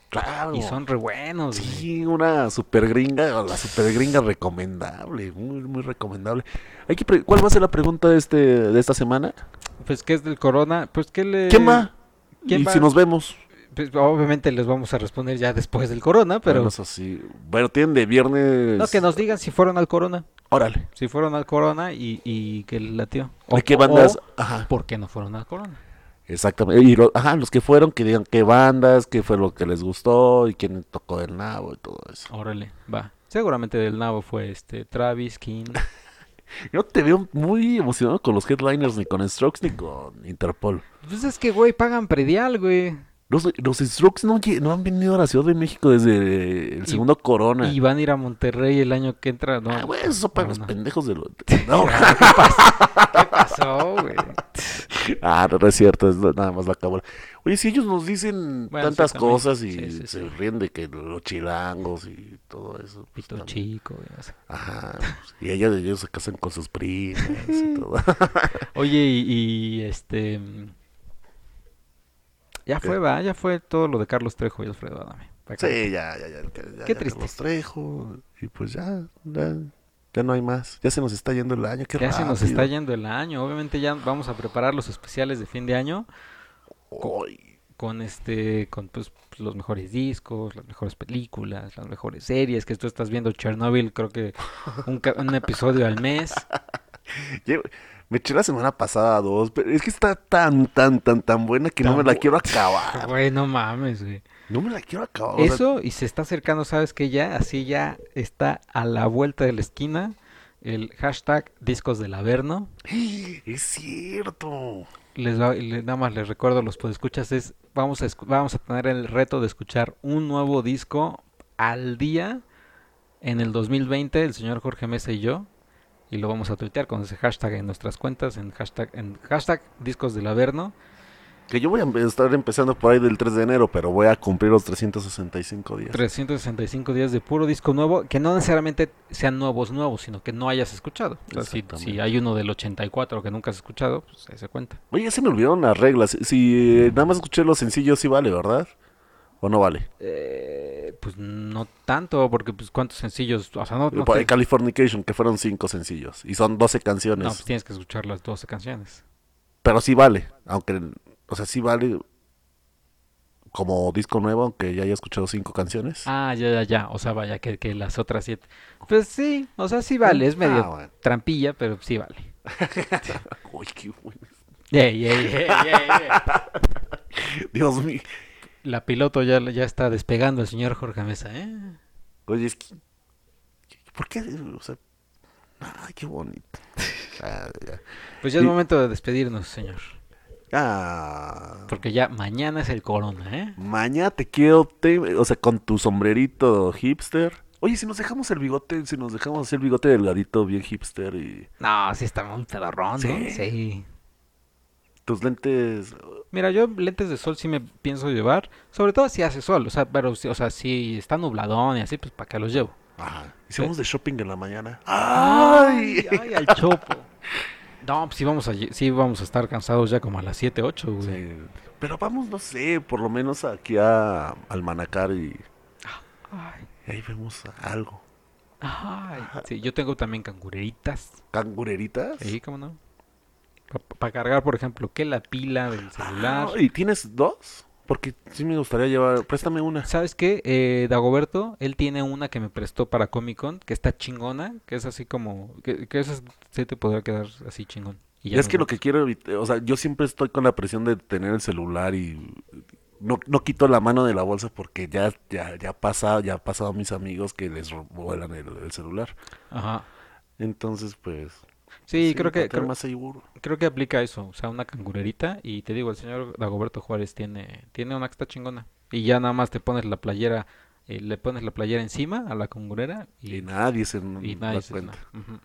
Claro.
Y son re buenos. güey.
Sí, una super gringa, la super gringa recomendable, muy, muy recomendable. Hay que pre- ¿Cuál va a ser la pregunta de, este, de esta semana?
Pues que es del corona, pues que le...
¿Quién va?
¿quién
y
va?
si nos vemos.
Pues, obviamente les vamos a responder ya después del corona, pero...
Bueno, eso sí. Bueno, tienen de viernes.
No, que nos digan si fueron al corona,
Órale.
si fueron al corona y, y que le latió.
¿De qué bandas?
o
Ajá.
¿Por qué no fueron al corona?
Exactamente. Y lo- ajá, los que fueron, que digan qué bandas, qué fue lo que les gustó y quién tocó el nabo y todo eso.
Órale, va. Seguramente del nabo fue este Travis, King.
Yo te veo muy emocionado con los headliners, ni con Strokes, ni con Interpol.
pues es que, güey, pagan predial, güey.
Los, los Strokes no, lle- no han venido a la Ciudad de México desde el segundo Corona.
Y van a ir a Monterrey el año que entra. No,
Ah, güey, eso para
no,
los
no.
pendejos de los... No,
¿Qué pasó, güey?
ah, no, no es cierto, es lo- nada más la cámara. Oye, si ellos nos dicen
Bueno,
tantas
sí, también.
cosas y
Sí, sí,
se
sí.
ríen de que los chilangos y todo eso.
Pito
pues, también.
chico, güey. o sea.
Ajá, pues, y ellas ellos se casan con sus primas y todo.
Oye, y, y, este. mm, Ya fue, va, ya fue todo lo de Carlos Trejo y Alfredo Adame. Pa' acá.
sí, ya, ya, ya. ya, ya
Qué triste.
Carlos Trejo, y pues ya, ya, ya no hay más. Ya se nos está yendo el año, qué
Ya se nos está
rápido.
yendo el año. Obviamente ya vamos a preparar los especiales de fin de año
Ay.
con este, con pues los mejores discos, las mejores películas, las mejores series. Que tú estás viendo Chernobyl, creo que un, ca- un episodio al mes.
Lle- Me eché la semana pasada dos, pero es que está tan, tan, tan, tan buena que no
Tan
me la
bu-
quiero acabar.
Güey, no mames, güey.
No me la quiero acabar. o sea,
Eso y se está acercando, ¿sabes qué? Ya, así ya está a la vuelta de la esquina el hashtag discos del Averno.
¡Eh! es cierto.
Les va- le- nada más les recuerdo a los podescuchas es vamos a escu- vamos a tener el reto de escuchar un nuevo disco al día en el 2020 el señor Jorge Mesa y yo y lo vamos a tuitear con ese hashtag en nuestras cuentas en hashtag en hashtag discos del Averno.
Que yo voy a empe- estar empezando por ahí del 3 de enero, pero voy a cumplir los 365 días.
365 días de puro disco nuevo, que no necesariamente sean nuevos nuevos, sino que no hayas escuchado. O sea, si,
Exactamente.
si hay uno del 84 que nunca has escuchado, pues ahí se cuenta.
Oye, ya se me olvidaron las reglas. Si eh, nada más escuché los sencillos, sí vale, ¿verdad? ¿O no vale?
Eh, pues no tanto, porque pues cuántos sencillos, o sea, no, no
Por-
te-
Californication, que fueron cinco sencillos. Y son 12 canciones.
no, pues, tienes que escuchar las 12 canciones.
Pero sí vale. Aunque, o sea, sí vale. como disco nuevo, aunque ya haya escuchado cinco canciones.
Ah, ya, ya, ya. O sea, vaya, que, que las otras siete. Pues sí, o sea, sí vale. Es medio
Ah, bueno.
trampilla, pero sí vale.
Uy, qué bueno.
Ey, ey, ey, ey, ey.
Dios mío.
La piloto ya, ya está despegando el señor Jorge Mesa, ¿eh?
Oye, es que... ¿Por qué? O sea... Ay, qué bonito. Ah, ya.
Pues ya es
Y-
momento de despedirnos, señor.
Ah.
Porque ya mañana es el corona, ¿eh?
Mañana te quiero, te- o sea, con tu sombrerito hipster. Oye, si nos dejamos el bigote, si nos dejamos hacer el bigote delgadito, bien hipster y
No, sí está un pedorrón, ¿no?
¿Sí?
Sí.
tus lentes.
Mira, yo lentes de sol sí me pienso llevar, sobre todo si hace sol, o sea, pero si- o sea, si está nubladón y así, pues para qué los llevo.
Ajá. Hicimos de shopping en la mañana. ¡Ay!
ay, ay, al chopo. No, pues sí vamos a lle- sí vamos a estar cansados ya como a las 7, 8, güey.
Sí. Pero vamos, no sé, por lo menos aquí a Almanacar y,
Ay,
y ahí vemos algo.
ay. Sí, yo tengo también cangureritas.
¿Cangureritas?
Sí, cómo no. Para cargar, por ejemplo, que la pila del celular.
Ah, ¿Y tienes dos? Porque sí me gustaría llevar. Préstame una.
¿Sabes qué? Eh, Dagoberto, él tiene una que me prestó para Comic Con, que está chingona, que es así como, que, que esa se te podría quedar así chingón. Y
es
nos
que lo
vamos.
que quiero evitar, o sea, yo siempre estoy con la presión de tener el celular y no, no quito la mano de la bolsa porque ya, ya, ya pasa, ya ha pasado a mis amigos que les ro- vuelan el, el celular.
Ajá.
Entonces, pues.
Sí, creo
para
que
estar
creo,
más seguro.
creo que aplica eso, o sea, una cangurerita y te digo, el señor Dagoberto Juárez tiene tiene una que está chingona y ya nada más te pones la playera, eh, le pones la playera encima a la cangurera y,
Y, nadie se n-
y
da
nadie se
cuenta.
nada. Ujú,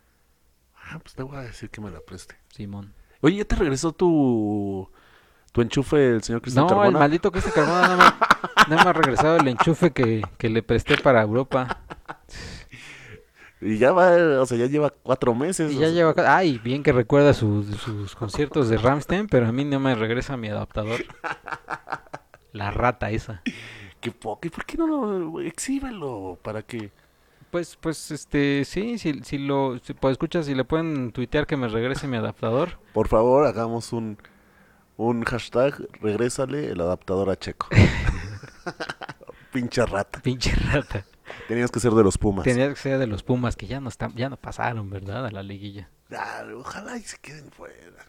Ah, pues te voy a decir que me la preste.
Simón.
Oye, ¿ya te regresó tu tu enchufe el señor Cristian
No, el
Carbona?
maldito que este Carbona no me, ha- no me ha regresado el enchufe que, que le presté para Europa.
Y ya va, o sea, ya lleva cuatro meses.
Y
o
ya
sea, pues
lleva acá. Ay, bien que recuerda sus, sus conciertos de Ramstein, pero a mí no me regresa mi adaptador. La rata esa.
Qué poco. ¿Y por qué no lo exhíbelo? Para que.
Pues, pues, este, sí, si, si lo, si, pues, escucha, si le pueden tuitear que me regrese mi adaptador.
Por favor, hagamos un, un hashtag, regrésale el adaptador a Checo. Pinche rata.
Pinche rata.
Tenías que ser de los Pumas.
Tenía que ser de los Pumas que ya no están, ya no pasaron, ¿verdad? A la liguilla.
Ah, ojalá y se queden fuera.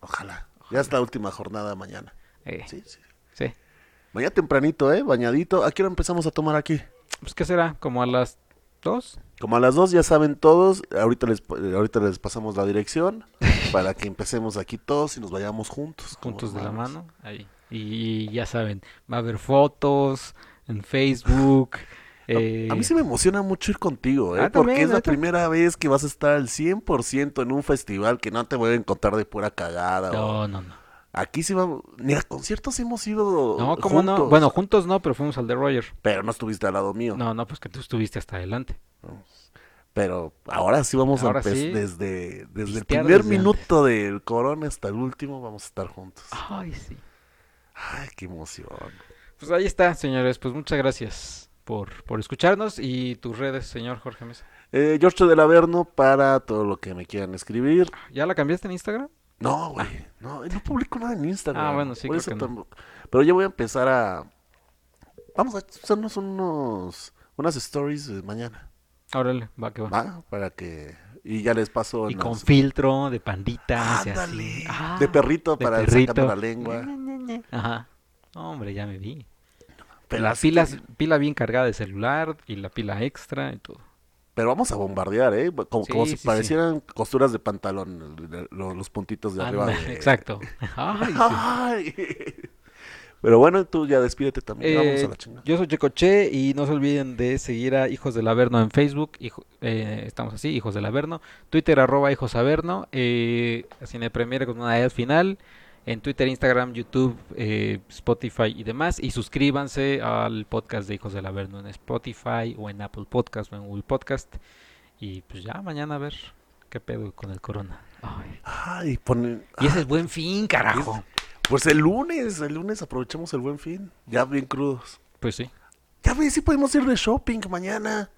Ojalá. Ya es la última jornada mañana.
Eh, sí.
Sí, sí. Mañana tempranito, ¿eh? Bañadito. ¿A qué hora empezamos a tomar aquí?
Pues, ¿qué será? ¿Como a las dos?
Como a las dos ya saben todos. Ahorita les, pa- eh, ahorita les pasamos la dirección para que empecemos aquí todos y nos vayamos juntos. como
juntos de la
hermanos.
mano. Ahí. Y, ya saben, va a haber fotos en Facebook. eh,
A mí sí me emociona mucho ir contigo, ¿eh?
Ah,
Porque
también,
es la
neta.
primera vez que vas a estar al 100% en un festival que no te voy a encontrar de pura cagada.
No,
o-
no, no.
Aquí sí vamos... Ni a conciertos hemos ido
No, ¿cómo no?
Oh, juntos,
Bueno, juntos no, pero fuimos al de Roger.
Pero no estuviste al lado mío.
No, no, pues que tú estuviste hasta adelante.
Pero ahora sí vamos
Ahora
a empezar
sí.
desde, desde el
Pistear
primer
desde
minuto del corona hasta el último vamos a estar juntos.
Ay, sí.
Ay, qué emoción.
Pues ahí está, señores. Pues muchas gracias por, por escucharnos y tus redes, señor Jorge Mesa.
Eh, George del Averno para todo lo que me quieran escribir.
¿Ya la cambiaste en Instagram?
No, güey. No, no publico nada en Instagram.
Ah, bueno, sí,
Por
creo
eso
que no.
tampoco- Pero ya voy a empezar a. Vamos a hacernos unos. Unas stories eh, mañana.
Órale, va que va.
¿Va? Para que. Y ya les paso.
y
unas-
con filtro de panditas y
Ándale.
así. Ah,
de perrito
de
para
perrito.
sacarme la lengua.
Ajá. No, Hombre, ya me vi.
Pero,
la
así
pila,
que-
pila bien cargada de celular y la pila extra y todo.
pero vamos a bombardear, ¿eh? Como, como
Sí, sí,
si
sí.
parecieran costuras de pantalón. lo- Los, puntitos de arriba.
Anda,
de-
Exacto. Ay, sí.
Ay. Pero bueno, tú ya despídete también. vamos
Eh,
a la chingada.
yo soy Checoche y no se olviden de seguir a Hijos del Averno en Facebook. hijo- eh, estamos así, Hijos del Averno. Twitter arroba Hijos Averno. Eh, Cine Premiere con una E al final. En Twitter, Instagram, YouTube, eh, Spotify y demás. Y suscríbanse al podcast de Hijos del Averno en Spotify o en Apple Podcast o en Google Podcast. Y pues ya mañana a ver qué pedo con el corona. Ay.
Ay, ponen.
Y ese es buen fin, carajo.
Pues el lunes, el lunes aprovechamos el buen fin. Ya bien crudos.
Pues sí.
Ya ves, sí podemos ir de shopping mañana.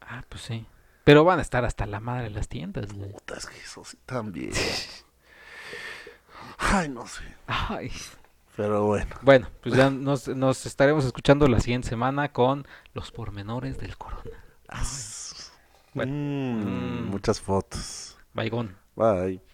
Ah, pues sí. Pero van a estar hasta la madre de las tiendas, güey.
Puta, es que eso sí también. Ay, no sé.
Ay.
Pero bueno.
Bueno, pues ya nos, nos estaremos escuchando la siguiente semana con los pormenores del corona.
Mm,
Mm.
Muchas fotos.
Baigón.
Bye.